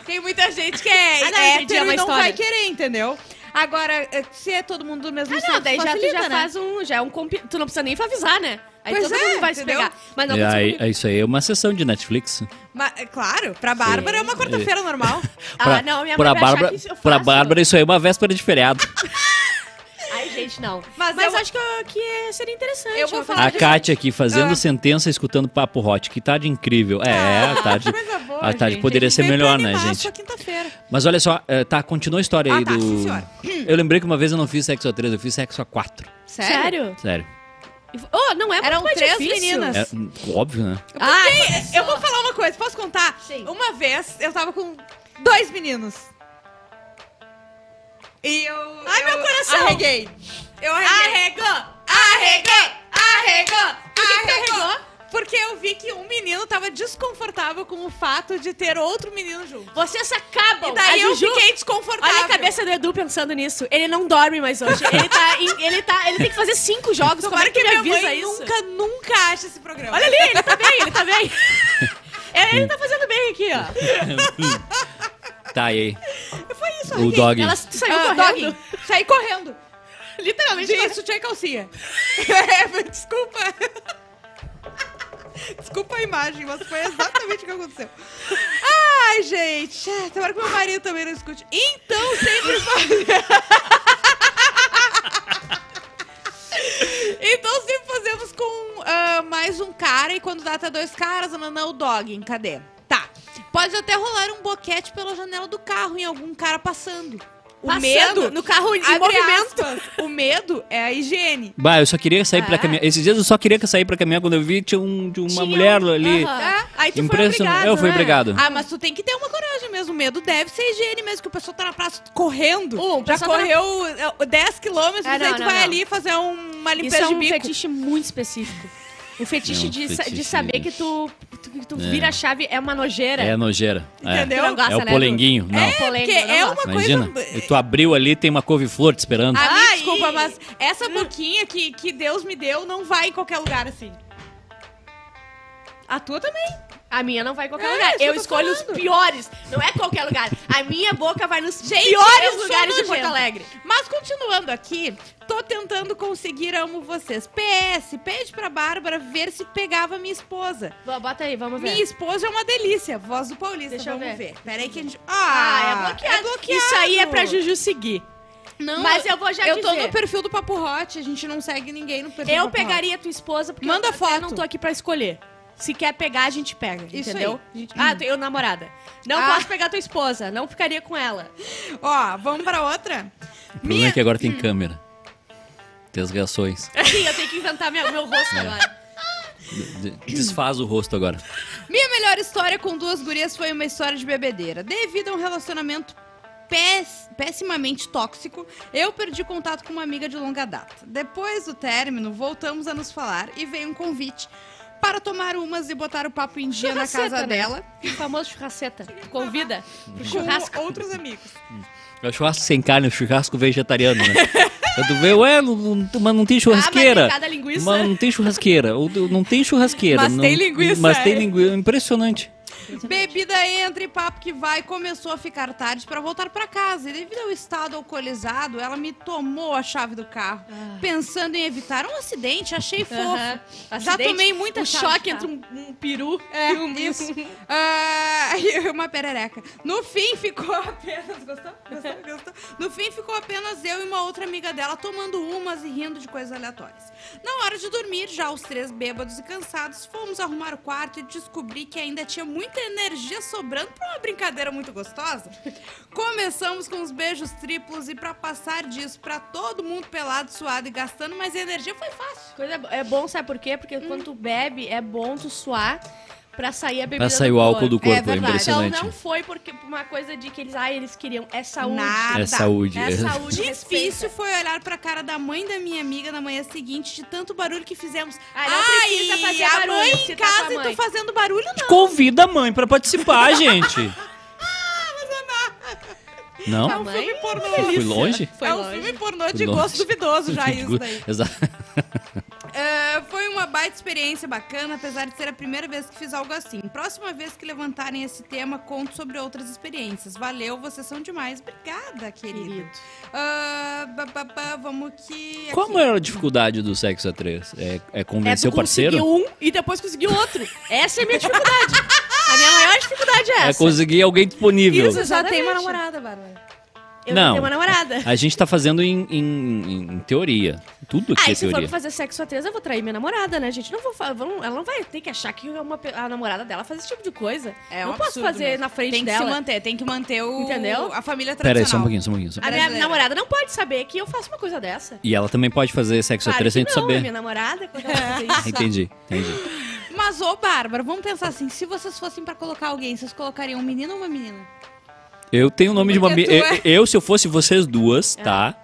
Speaker 2: Tem muita gente que é,
Speaker 3: Ah, não,
Speaker 2: hétero
Speaker 3: entendi, é uma
Speaker 2: e não
Speaker 3: história. Ah,
Speaker 2: vai querer, entendeu? Agora, eh, se é todo mundo do mesmo sexo,
Speaker 3: Não, daí já, tu
Speaker 2: facilita,
Speaker 3: já
Speaker 2: né?
Speaker 3: faz um... Já é um compi... Tu não precisa nem avisar, né? Aí
Speaker 2: Pois
Speaker 3: todo
Speaker 2: é,
Speaker 3: mundo vai se
Speaker 2: entendeu?
Speaker 3: pegar. Mas não
Speaker 1: É,
Speaker 3: aconteceu
Speaker 1: aí-
Speaker 3: comigo.
Speaker 1: é isso aí é uma sessão de Netflix.
Speaker 2: Mas, é claro, pra Bárbara é uma quarta-feira normal.
Speaker 3: Ah, não, minha mãe
Speaker 1: pra
Speaker 3: vai achar
Speaker 1: Bárbara,
Speaker 3: que isso eu
Speaker 1: pra
Speaker 3: faço.
Speaker 1: Bárbara, isso aí é uma véspera de feriado.
Speaker 3: *laughs* Ai, gente, não. Mas,
Speaker 2: Mas eu-
Speaker 3: acho que, eu- que é- seria interessante.
Speaker 2: Eu vou
Speaker 3: uma
Speaker 2: falar
Speaker 1: A
Speaker 2: Pode-
Speaker 1: Kátia aqui fazendo
Speaker 2: Ah.
Speaker 1: sentença, escutando papo hot. Que tarde incrível. É,
Speaker 3: Ah.
Speaker 1: a tarde.
Speaker 2: Coisa boa,
Speaker 1: a tarde
Speaker 2: gente.
Speaker 1: poderia
Speaker 2: A gente
Speaker 1: ser
Speaker 2: veio pra
Speaker 1: melhor, né,
Speaker 2: animar a
Speaker 1: gente?
Speaker 2: sua quinta-feira.
Speaker 1: Mas olha só, eh, tá, continua a história
Speaker 2: Ah,
Speaker 1: aí
Speaker 2: tá,
Speaker 1: do.
Speaker 2: sim, senhora.
Speaker 1: eu lembrei que uma vez eu não fiz sexo a três, eu fiz sexo a quatro.
Speaker 2: Sério?
Speaker 1: Sério.
Speaker 3: Oh, não é muito
Speaker 2: Eram
Speaker 3: mais
Speaker 2: três
Speaker 3: difícil.
Speaker 2: meninas.
Speaker 1: É, hum, óbvio, né?
Speaker 3: Ah,
Speaker 2: Eu vou falar uma coisa, posso contar?
Speaker 3: Sim.
Speaker 2: Uma vez eu tava com dois meninos. E eu. Ai, meu coração! Arreguei. Eu arreguei. Arregou! Arregou! Arregou! Por que que tu arregou? Porque eu vi que um menino tava desconfortável com o fato de ter outro menino junto.
Speaker 3: vocês acabam.
Speaker 2: E daí
Speaker 3: a
Speaker 2: eu
Speaker 3: Juju...
Speaker 2: fiquei desconfortável.
Speaker 3: Olha a cabeça do Edu pensando nisso. Ele não dorme mais hoje. Ele tá. em- ele, tá ele tem que fazer cinco jogos. Como é
Speaker 2: Tomara
Speaker 3: que,
Speaker 2: que
Speaker 3: ele
Speaker 2: minha
Speaker 3: avisa
Speaker 2: mãe
Speaker 3: isso?
Speaker 2: nunca, nunca acha esse programa.
Speaker 3: Olha ali, ele tá bem, ele tá bem. *laughs* É, ele tá fazendo bem aqui, ó.
Speaker 1: Tá, e aí?
Speaker 2: foi isso,
Speaker 1: O
Speaker 2: arreguei.
Speaker 1: dog.
Speaker 3: Ela saiu
Speaker 2: Ah,
Speaker 3: correndo.
Speaker 2: dog, Saí correndo.
Speaker 3: *laughs* Literalmente.
Speaker 2: De sutiã e
Speaker 3: *laughs*
Speaker 2: calcinha. É, Desculpa. *laughs* Desculpa a imagem, mas foi exatamente o que aconteceu. Ai, gente. Ah, Tomara que meu marido também não escute. Então, sempre fazer... Então sempre fazemos com ah, mais um cara e quando dá até dois caras, nanã, o dog, cadê? Tá. Pode até rolar um boquete pela janela do carro em algum cara passando. O
Speaker 3: Passando
Speaker 2: medo
Speaker 3: No carro em
Speaker 2: Abre
Speaker 3: movimento.
Speaker 2: aspas, o medo é a higiene.
Speaker 1: Bah, eu só queria sair pra
Speaker 3: Ah.
Speaker 1: caminhar. Esses dias eu só queria sair pra caminhar quando eu vi tinha um, de uma
Speaker 3: Tinha um-
Speaker 1: mulher ali.
Speaker 3: Aham.
Speaker 2: tá? Aí tu
Speaker 1: Impressionante.
Speaker 2: foi obrigado,
Speaker 1: eu fui
Speaker 2: né?
Speaker 1: obrigado.
Speaker 2: Ah, mas tu tem que ter uma coragem mesmo. O medo deve ser higiene mesmo, que o pessoal tá na praça correndo.
Speaker 3: Um, o
Speaker 2: já
Speaker 3: pessoal tá
Speaker 2: correu eh, 10 quilômetros,
Speaker 3: É,
Speaker 2: aí
Speaker 3: não,
Speaker 2: tu
Speaker 3: não,
Speaker 2: vai
Speaker 3: não.
Speaker 2: ali fazer uma
Speaker 3: Isso
Speaker 2: limpeza
Speaker 3: é
Speaker 2: de
Speaker 3: um
Speaker 2: bico.
Speaker 3: fetiche muito específico. Um
Speaker 1: É
Speaker 3: fetiche,
Speaker 1: um
Speaker 3: de, sa- de
Speaker 1: fetiche.
Speaker 3: saber que tu, tu- que tu
Speaker 1: É.
Speaker 3: vira a chave é uma nojeira.
Speaker 1: É nojeira.
Speaker 2: Entendeu?
Speaker 3: Tu não
Speaker 1: É.
Speaker 3: gosta,
Speaker 1: É o
Speaker 3: né, Edu?
Speaker 1: polenguinho. Não.
Speaker 2: porque
Speaker 3: polêmica, eu não
Speaker 2: é
Speaker 3: gosto.
Speaker 2: uma
Speaker 1: Imagina.
Speaker 2: coisa-
Speaker 1: E Tu abriu ali, tem uma couve-flor te esperando.
Speaker 2: Ah, me
Speaker 3: Ai.
Speaker 2: desculpa, mas essa boquinha que, que Deus me deu não vai em qualquer lugar assim. A tua também.
Speaker 3: A minha não vai em qualquer
Speaker 2: É,
Speaker 3: lugar.
Speaker 2: isso
Speaker 3: Eu
Speaker 2: que eu tô
Speaker 3: escolho os
Speaker 2: falando.
Speaker 3: piores. Não é qualquer lugar. A minha boca vai nos
Speaker 2: eu
Speaker 3: piores
Speaker 2: sou
Speaker 3: lugares de
Speaker 2: nojenta.
Speaker 3: Porto Alegre.
Speaker 2: Mas continuando aqui, tô tentando conseguir amo vocês. PS, pede pra Bárbara ver se pegava minha esposa.
Speaker 3: Bo- Bota aí, vamos ver.
Speaker 2: Minha esposa é uma delícia. Voz do Paulista,
Speaker 3: Deixa eu
Speaker 2: vamos
Speaker 3: ver.
Speaker 2: ver. Peraí que a gente...
Speaker 3: Ah, é bloqueado.
Speaker 2: É bloqueado.
Speaker 3: Isso aí é pra Juju seguir.
Speaker 2: Não,
Speaker 3: Mas eu vou já
Speaker 2: eu
Speaker 3: dizer.
Speaker 2: tô no perfil do Papo Hot, a gente não segue ninguém no perfil
Speaker 3: Eu
Speaker 2: do Papo Hot.
Speaker 3: pegaria tua esposa porque
Speaker 2: Manda
Speaker 3: eu, eu
Speaker 2: foto.
Speaker 3: não tô aqui pra escolher. Se quer pegar, a gente pega,
Speaker 2: Isso
Speaker 3: entendeu?
Speaker 2: aí. Gente- hum.
Speaker 3: Ah, eu namorada. Não
Speaker 2: Ah.
Speaker 3: posso pegar tua esposa, não ficaria com ela.
Speaker 2: Ó, vamos pra outra?
Speaker 1: O problema é que agora
Speaker 2: hum.
Speaker 1: tem câmera. Tem as reações.
Speaker 3: Sim, eu tenho que inventar minha- meu rosto agora.
Speaker 1: De- Desfaz o rosto agora.
Speaker 2: Minha melhor história com duas gurias foi uma história de bebedeira. Devido a um relacionamento pés- pessimamente tóxico, eu perdi contato com uma amiga de longa data. Depois do término, voltamos a nos falar e veio um convite para tomar umas e botar o papo em dia na
Speaker 3: Churrasceta,
Speaker 2: casa
Speaker 3: né?
Speaker 2: dela
Speaker 3: O famoso churrasceta. Convida pro churrasco.
Speaker 2: com outros amigos.
Speaker 1: É o churrasco sem carne, o churrasco vegetariano, né? Eu tu vê, ué, não- não- mas não tem
Speaker 3: Ah,
Speaker 1: churrasqueira.
Speaker 3: mas tem cada linguiça.
Speaker 1: Mas não tem churrasqueira. Ou tu- não tem churrasqueira.
Speaker 2: Mas
Speaker 1: não-
Speaker 2: tem linguiça,
Speaker 1: Mas tem
Speaker 2: é.
Speaker 1: linguiça. Impressionante.
Speaker 2: Bebida entra e papo que vai. Começou a ficar tarde pra voltar pra casa. E devido ao estado alcoolizado, ela me tomou a chave do carro. Pensando em evitar um acidente, achei fofo.
Speaker 3: Aham.
Speaker 2: Já
Speaker 3: Acidente,
Speaker 2: tomei muita
Speaker 3: um
Speaker 2: chave, tá?
Speaker 3: choque entre um, um *laughs* peru
Speaker 2: É,
Speaker 3: e um
Speaker 2: isso. Ah, *laughs* e uma perereca. No fim ficou apenas. Gostou? Gostou? Gostou? No fim ficou apenas eu e uma outra amiga dela tomando umas e rindo de coisas aleatórias. Na hora de dormir, já os três bêbados e cansados, fomos arrumar o quarto e descobri que ainda tinha muita energia sobrando pra uma brincadeira muito gostosa. Começamos com os beijos triplos e pra passar disso pra todo mundo pelado, suado e gastando mais energia foi fácil.
Speaker 3: Coisa bo- é bom, sabe por quê? Porque quando tu bebe, é bom tu suar pra sair a bebida
Speaker 1: Pra sair o álcool do
Speaker 3: corpo.
Speaker 1: corpo, é,
Speaker 2: verdade.
Speaker 3: Então
Speaker 1: impressionante.
Speaker 3: não foi porque por uma coisa de que eles, ah, eles queriam, é saúde.
Speaker 2: Nada.
Speaker 1: É saúde.
Speaker 3: É saúde.
Speaker 2: Difícil
Speaker 3: respeita.
Speaker 2: foi olhar pra cara da mãe da minha amiga na manhã seguinte de tanto barulho que fizemos.
Speaker 3: Ah, não precisa fazer
Speaker 2: a
Speaker 3: barulho
Speaker 2: mãe
Speaker 3: se
Speaker 2: em
Speaker 3: tá com a
Speaker 2: casa e
Speaker 3: mãe.
Speaker 2: tô fazendo barulho, não.
Speaker 1: Convida a mãe pra participar, gente. Não?
Speaker 2: É um
Speaker 3: mãe?
Speaker 2: filme pornô.
Speaker 1: Fui longe?
Speaker 3: Foi
Speaker 2: é um
Speaker 3: longe.
Speaker 2: filme pornô de
Speaker 1: Fui longe.
Speaker 2: gosto
Speaker 3: *laughs*
Speaker 2: duvidoso
Speaker 1: *laughs*
Speaker 2: já isso daí.
Speaker 1: Exato.
Speaker 2: É, foi uma baita experiência bacana, apesar de ser a primeira vez que fiz algo assim. Próxima vez que levantarem esse tema, conto sobre outras experiências. Valeu, vocês são demais. Obrigada, querido.
Speaker 3: Querido.
Speaker 2: Ah, ba, ba, ba, vamos que...
Speaker 1: Qual era a dificuldade do sexo a três? É, é
Speaker 3: É
Speaker 1: convencer
Speaker 3: tu
Speaker 1: o parceiro?
Speaker 3: conseguir um e depois conseguir outro. Essa é a minha dificuldade. a minha maior dificuldade é
Speaker 1: É
Speaker 3: essa.
Speaker 1: conseguir alguém disponível.
Speaker 3: Isso.
Speaker 2: Você já tem uma
Speaker 3: Exatamente.
Speaker 2: namorada, Bárbara.
Speaker 3: Eu
Speaker 1: Não.
Speaker 3: tenho uma namorada.
Speaker 1: A gente tá fazendo em, em- em- em teoria. Tudo aqui
Speaker 3: Ah,
Speaker 1: é
Speaker 3: e se for
Speaker 1: teoria.
Speaker 3: pra fazer sexo a três, eu vou trair minha namorada, né, gente? Não vou fa- vão- ela não vai ter que achar que uma pe- a namorada dela faz esse tipo de coisa.
Speaker 2: É um
Speaker 3: não posso
Speaker 2: absurdo
Speaker 3: fazer
Speaker 2: mesmo.
Speaker 3: na frente
Speaker 2: Tem que
Speaker 3: dela.
Speaker 2: se manter, tem que manter o,
Speaker 3: Entendeu?
Speaker 2: a família
Speaker 1: Pera aí, só um
Speaker 2: tradicional.
Speaker 1: pouquinho, só um pouquinho. só um
Speaker 3: A
Speaker 1: pouquinho.
Speaker 3: minha
Speaker 2: Brasileira.
Speaker 3: namorada não pode saber que eu faço uma coisa dessa.
Speaker 1: E ela também pode fazer sexo a
Speaker 3: Claro
Speaker 1: três sem
Speaker 3: que
Speaker 1: tu
Speaker 3: não,
Speaker 1: é saber.
Speaker 3: Minha namorada, quando ela
Speaker 2: *laughs*
Speaker 3: fazer isso.
Speaker 1: Ah, *laughs* Entendi, entendi.
Speaker 2: Mas, ô, Bárbara, vamos pensar assim: se vocês fossem pra colocar alguém, vocês colocariam um menino ou uma menina?
Speaker 1: Eu tenho o nome de uma. me-
Speaker 2: Porque tu é-
Speaker 1: Eu, eu, se eu fosse vocês duas, tá?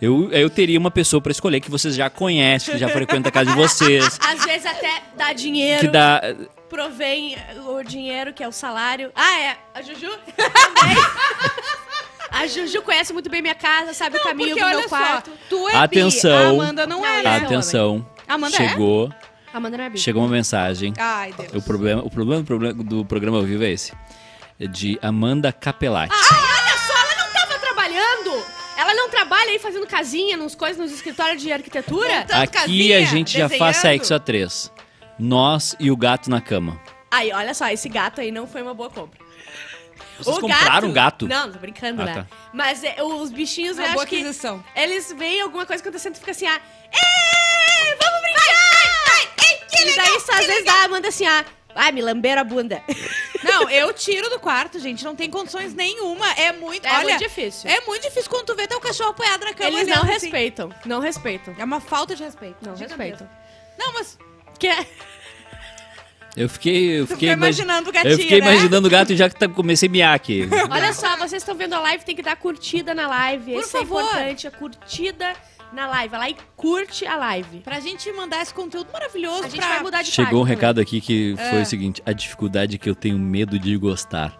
Speaker 1: Eu, eu teria uma pessoa pra escolher que vocês já conhecem, que já frequenta a casa de
Speaker 2: *laughs*
Speaker 1: vocês,
Speaker 3: Às vezes até dá dinheiro,
Speaker 1: que dá.
Speaker 3: provém o dinheiro, que é o salário. Ah, é.
Speaker 1: *laughs*
Speaker 3: A Juju também. a Juju conhece muito bem minha casa, sabe o caminho do meu quarto.
Speaker 2: tu é bi,
Speaker 1: Atenção.
Speaker 2: a Amanda não é,
Speaker 3: Não,
Speaker 2: né?
Speaker 3: é.
Speaker 1: Atenção.
Speaker 2: Amanda é?
Speaker 1: chegou,
Speaker 3: Amanda não é bi.
Speaker 1: chegou uma mensagem.
Speaker 2: Ai, Deus.
Speaker 1: O problema, o problema do programa- do programa ao vivo é esse. É De Amanda Capelati.
Speaker 2: Ah,
Speaker 3: Olha Tá só, ela não tava trabalhando! Ela não trabalha aí fazendo casinha, nos coisas, nos escritórios de arquitetura?
Speaker 2: Tanto
Speaker 1: Aqui
Speaker 2: casinha,
Speaker 1: a gente já faz
Speaker 2: desenhando.
Speaker 1: sexo a três. Nós e o gato na cama.
Speaker 3: Aí, olha só, esse gato aí não foi uma boa compra.
Speaker 1: Vocês compraram um gato?
Speaker 3: Não, tô brincando,
Speaker 1: Ah,
Speaker 3: né?
Speaker 1: tá.
Speaker 3: Mas é, os bichinhos, eu
Speaker 2: Uma boa
Speaker 3: acho que
Speaker 2: aquisição.
Speaker 3: eles veem alguma coisa acontecendo e fica assim, ah, ei, vamos brincar! e daí, isso, às vezes, dá, manda assim, ah, ai, me lamberam a bunda.
Speaker 1: É
Speaker 2: Não, eu tiro do quarto, gente. Não tem condições nenhuma. É muito.
Speaker 3: É
Speaker 2: olha,
Speaker 3: muito difícil.
Speaker 2: É muito difícil quando tu vê teu cachorro apoiado na cama.
Speaker 3: Eles
Speaker 2: olhando
Speaker 3: não
Speaker 2: assim.
Speaker 3: respeitam, não respeitam.
Speaker 2: É uma falta de respeito.
Speaker 3: Não
Speaker 2: Gigantesca.
Speaker 3: respeitam.
Speaker 2: Não, mas
Speaker 3: Que é...
Speaker 1: Eu fiquei. Eu
Speaker 2: tu
Speaker 1: fiquei
Speaker 2: fica
Speaker 1: imagi-
Speaker 2: imaginando o gatinho,
Speaker 1: Eu fiquei
Speaker 2: né?
Speaker 1: imaginando o gato e já que tá- comecei a miar
Speaker 2: *laughs*
Speaker 1: aqui.
Speaker 3: Olha só, vocês estão vendo a live, tem que dar curtida na live.
Speaker 2: Por
Speaker 3: Isso
Speaker 2: favor.
Speaker 3: é importante, é curtida na live. Vai lá e curte a live.
Speaker 2: Pra gente mandar esse conteúdo maravilhoso
Speaker 3: A gente
Speaker 2: pra...
Speaker 3: vai mudar de
Speaker 1: Chegou um
Speaker 3: página.
Speaker 1: recado aqui que foi
Speaker 2: Ah.
Speaker 1: o seguinte: a dificuldade que eu tenho medo de gostar.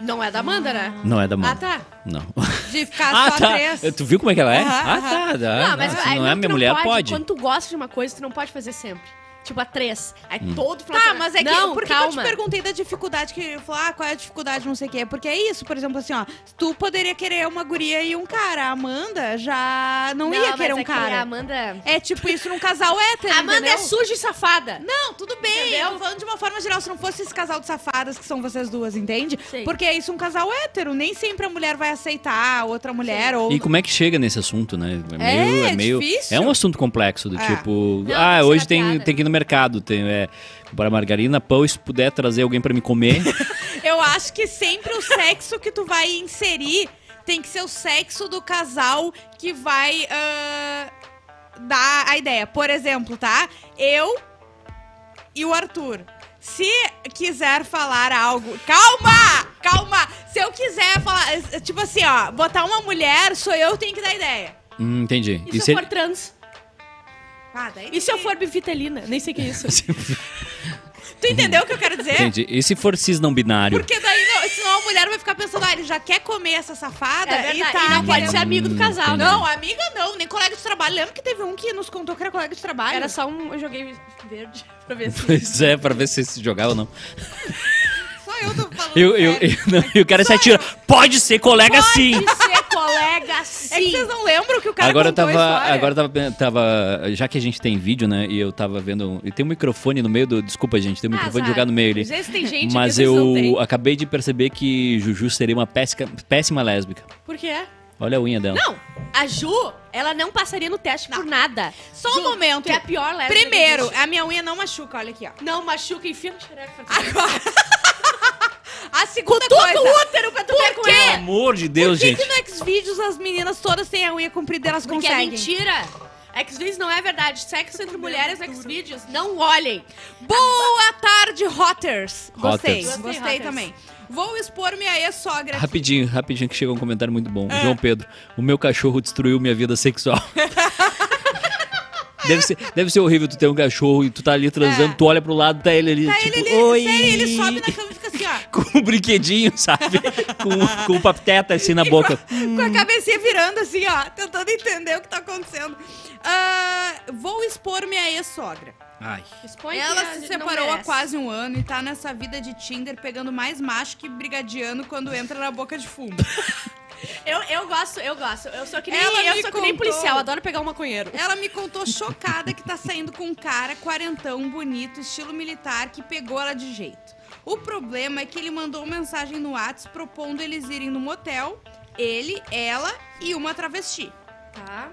Speaker 3: Não é da Amanda, né?
Speaker 1: Não é da mãe.
Speaker 3: Ah, tá.
Speaker 1: Não.
Speaker 2: De
Speaker 1: *laughs*
Speaker 2: ficar
Speaker 1: Ah,
Speaker 2: só
Speaker 1: tá.
Speaker 2: três.
Speaker 1: Tu viu como é que ela é?
Speaker 2: Aham,
Speaker 1: ah, tá. tá.
Speaker 3: não, mas
Speaker 1: Se
Speaker 3: aí
Speaker 1: não é
Speaker 3: tu
Speaker 1: minha mulher, pode.
Speaker 3: Quando tu gosta de uma coisa, tu não pode fazer sempre. Tipo, a três. Aí
Speaker 1: Hum.
Speaker 3: todo final de
Speaker 2: Tá,
Speaker 3: semana-
Speaker 2: mas é que,
Speaker 3: não,
Speaker 2: por que que eu te
Speaker 3: calma.
Speaker 2: perguntei da dificuldade que eu falar, ah, qual é a dificuldade, não sei o quê? Porque é isso, por exemplo, assim, ó, tu poderia querer uma guria e um cara, a Amanda já não, ia
Speaker 3: mas
Speaker 2: querer
Speaker 3: é
Speaker 2: um
Speaker 3: que
Speaker 2: cara.
Speaker 3: A Amanda...
Speaker 2: É tipo isso num casal hétero,
Speaker 3: A *laughs* Amanda é
Speaker 2: entendeu?
Speaker 3: suja e safada.
Speaker 2: Não, tudo bem,
Speaker 3: Entendeu?
Speaker 2: eu falando de uma forma geral, se não fosse esse casal de safadas que são vocês duas, entende?
Speaker 3: Sim.
Speaker 2: Porque é isso um casal hétero, nem sempre a mulher vai aceitar a outra mulher ou...
Speaker 1: E como é que chega nesse assunto, né? É
Speaker 2: É,
Speaker 1: meio.
Speaker 2: é
Speaker 1: meio-
Speaker 2: difícil.
Speaker 1: é um assunto complexo, do
Speaker 2: É.
Speaker 1: tipo.
Speaker 3: Não, é
Speaker 1: ah,
Speaker 3: tem que
Speaker 1: hoje
Speaker 3: ser
Speaker 1: tem,
Speaker 3: mapeada.
Speaker 1: tem que ir no mercado, tem, é, comprar margarina, pão, e se puder trazer alguém pra me
Speaker 2: *laughs*
Speaker 1: comer.
Speaker 2: Eu acho que sempre o sexo que tu vai inserir tem que ser o sexo do casal que vai ah, dar a ideia. Por exemplo, tá? Eu e o Arthur. Se quiser falar algo. Calma! Calma! Se eu quiser falar. eh, Tipo assim, ó, botar uma mulher, sou eu que tenho que dar ideia.
Speaker 1: Hum, entendi.
Speaker 3: E, se
Speaker 1: se
Speaker 2: é
Speaker 3: eu
Speaker 1: ele-
Speaker 3: for trans?
Speaker 2: Ah, daí
Speaker 3: E se eu for bivitelina? Nem sei o que é isso.
Speaker 2: Tu entendeu o que eu quero dizer?
Speaker 1: Entendi. E se for cis não binário?
Speaker 2: Porque daí, não, senão a mulher vai ficar pensando, ah, ele já quer comer essa safada
Speaker 3: É verdade,
Speaker 2: e tá.
Speaker 3: e não pode
Speaker 2: querendo-
Speaker 3: ser amigo do casal, né?
Speaker 2: Não, amiga não, nem colega de trabalho. Lembra que teve um que nos contou que era colega de trabalho?
Speaker 3: Era só um... Eu joguei verde *laughs* pra ver se...
Speaker 1: Pois é, pra ver se se jogava ou não.
Speaker 2: Só eu tô falando.
Speaker 1: Eu, eu,
Speaker 3: né?
Speaker 2: sério.
Speaker 1: eu, não, eu quero se atira. Pode ser colega sim!
Speaker 3: Pode ser é colega, sim.
Speaker 2: É que vocês não lembram que o cara
Speaker 1: agora eu
Speaker 2: contou a
Speaker 1: tava,
Speaker 2: história?
Speaker 1: agora eu tava, tava. Já que a gente tem vídeo, né? E eu tava vendo. E tem um microfone no meio do. Desculpa, gente, tem um microfone
Speaker 3: Azar.
Speaker 1: jogado no meio ali.
Speaker 3: Às vezes tem gente que
Speaker 1: Mas
Speaker 3: vocês não
Speaker 1: eu
Speaker 3: têm.
Speaker 1: acabei de perceber que Juju seria uma péssima, péssima lésbica.
Speaker 3: Por quê?
Speaker 1: Olha a unha dela.
Speaker 3: Não, a Ju, ela não passaria no teste por nada.
Speaker 2: Só
Speaker 3: Ju,
Speaker 2: um momento.
Speaker 3: tu é a pior lésbica que
Speaker 2: Primeiro,
Speaker 3: existe.
Speaker 2: a minha unha não machuca, olha aqui, ó.
Speaker 3: é- Não machuca, enfia no xereca.
Speaker 2: Agora. A segunda
Speaker 3: Cutuca
Speaker 2: coisa.
Speaker 3: o útero pra tu
Speaker 2: Por
Speaker 3: ver com
Speaker 2: quê?
Speaker 1: Pelo
Speaker 3: ela.
Speaker 1: amor de Deus,
Speaker 2: é. Por que,
Speaker 1: gente.
Speaker 2: que no Xvideos as meninas todas têm a unha comprida e elas
Speaker 3: Porque é
Speaker 2: conseguem?
Speaker 3: mentira. Xvideos não é verdade. Sexo entre mulheres no Xvideos, não olhem.
Speaker 2: Boa tarde, Rotters. Gostei,
Speaker 1: Rotters.
Speaker 2: gostei,
Speaker 3: Gostei, Rotters.
Speaker 2: também. Vou expor minha ex-sogra. aqui.
Speaker 1: Rapidinho, rapidinho, que chegou um comentário muito bom. João Pedro, o meu cachorro destruiu minha vida sexual. deve, ser, deve ser horrível tu ter um cachorro e tu tá ali transando,
Speaker 2: É.
Speaker 1: tu olha pro lado, tá ele ali,
Speaker 2: Tá,
Speaker 1: tipo,
Speaker 2: ele, ele,
Speaker 1: oi.
Speaker 2: sei, ele sobe na cama e fica assim, ó.
Speaker 1: *laughs* Com um brinquedinho, sabe? com, com um papeteta assim na boca.
Speaker 2: Com a cabecinha virando assim, ó. Tentando entender o que tá acontecendo. Ah, vou expor minha ex-sogra.
Speaker 1: Ai.
Speaker 3: Expõe que
Speaker 2: Ela
Speaker 3: a
Speaker 2: se
Speaker 3: gente
Speaker 2: separou
Speaker 3: não
Speaker 2: há
Speaker 3: merece.
Speaker 2: quase um ano e tá nessa vida de Tinder pegando mais macho que brigadiano quando entra na boca de fumo.
Speaker 3: Eu, eu gosto, eu gosto. Eu sou que nem,
Speaker 2: Ela me
Speaker 3: eu sou que nem
Speaker 2: contou.
Speaker 3: policial, adoro pegar um maconheiro.
Speaker 2: Ela me contou chocada que tá saindo com um cara quarentão, bonito, estilo militar, que pegou ela de jeito. O problema é que ele mandou uma mensagem no Whats propondo eles irem no motel, ele, ela e uma travesti.
Speaker 3: Tá.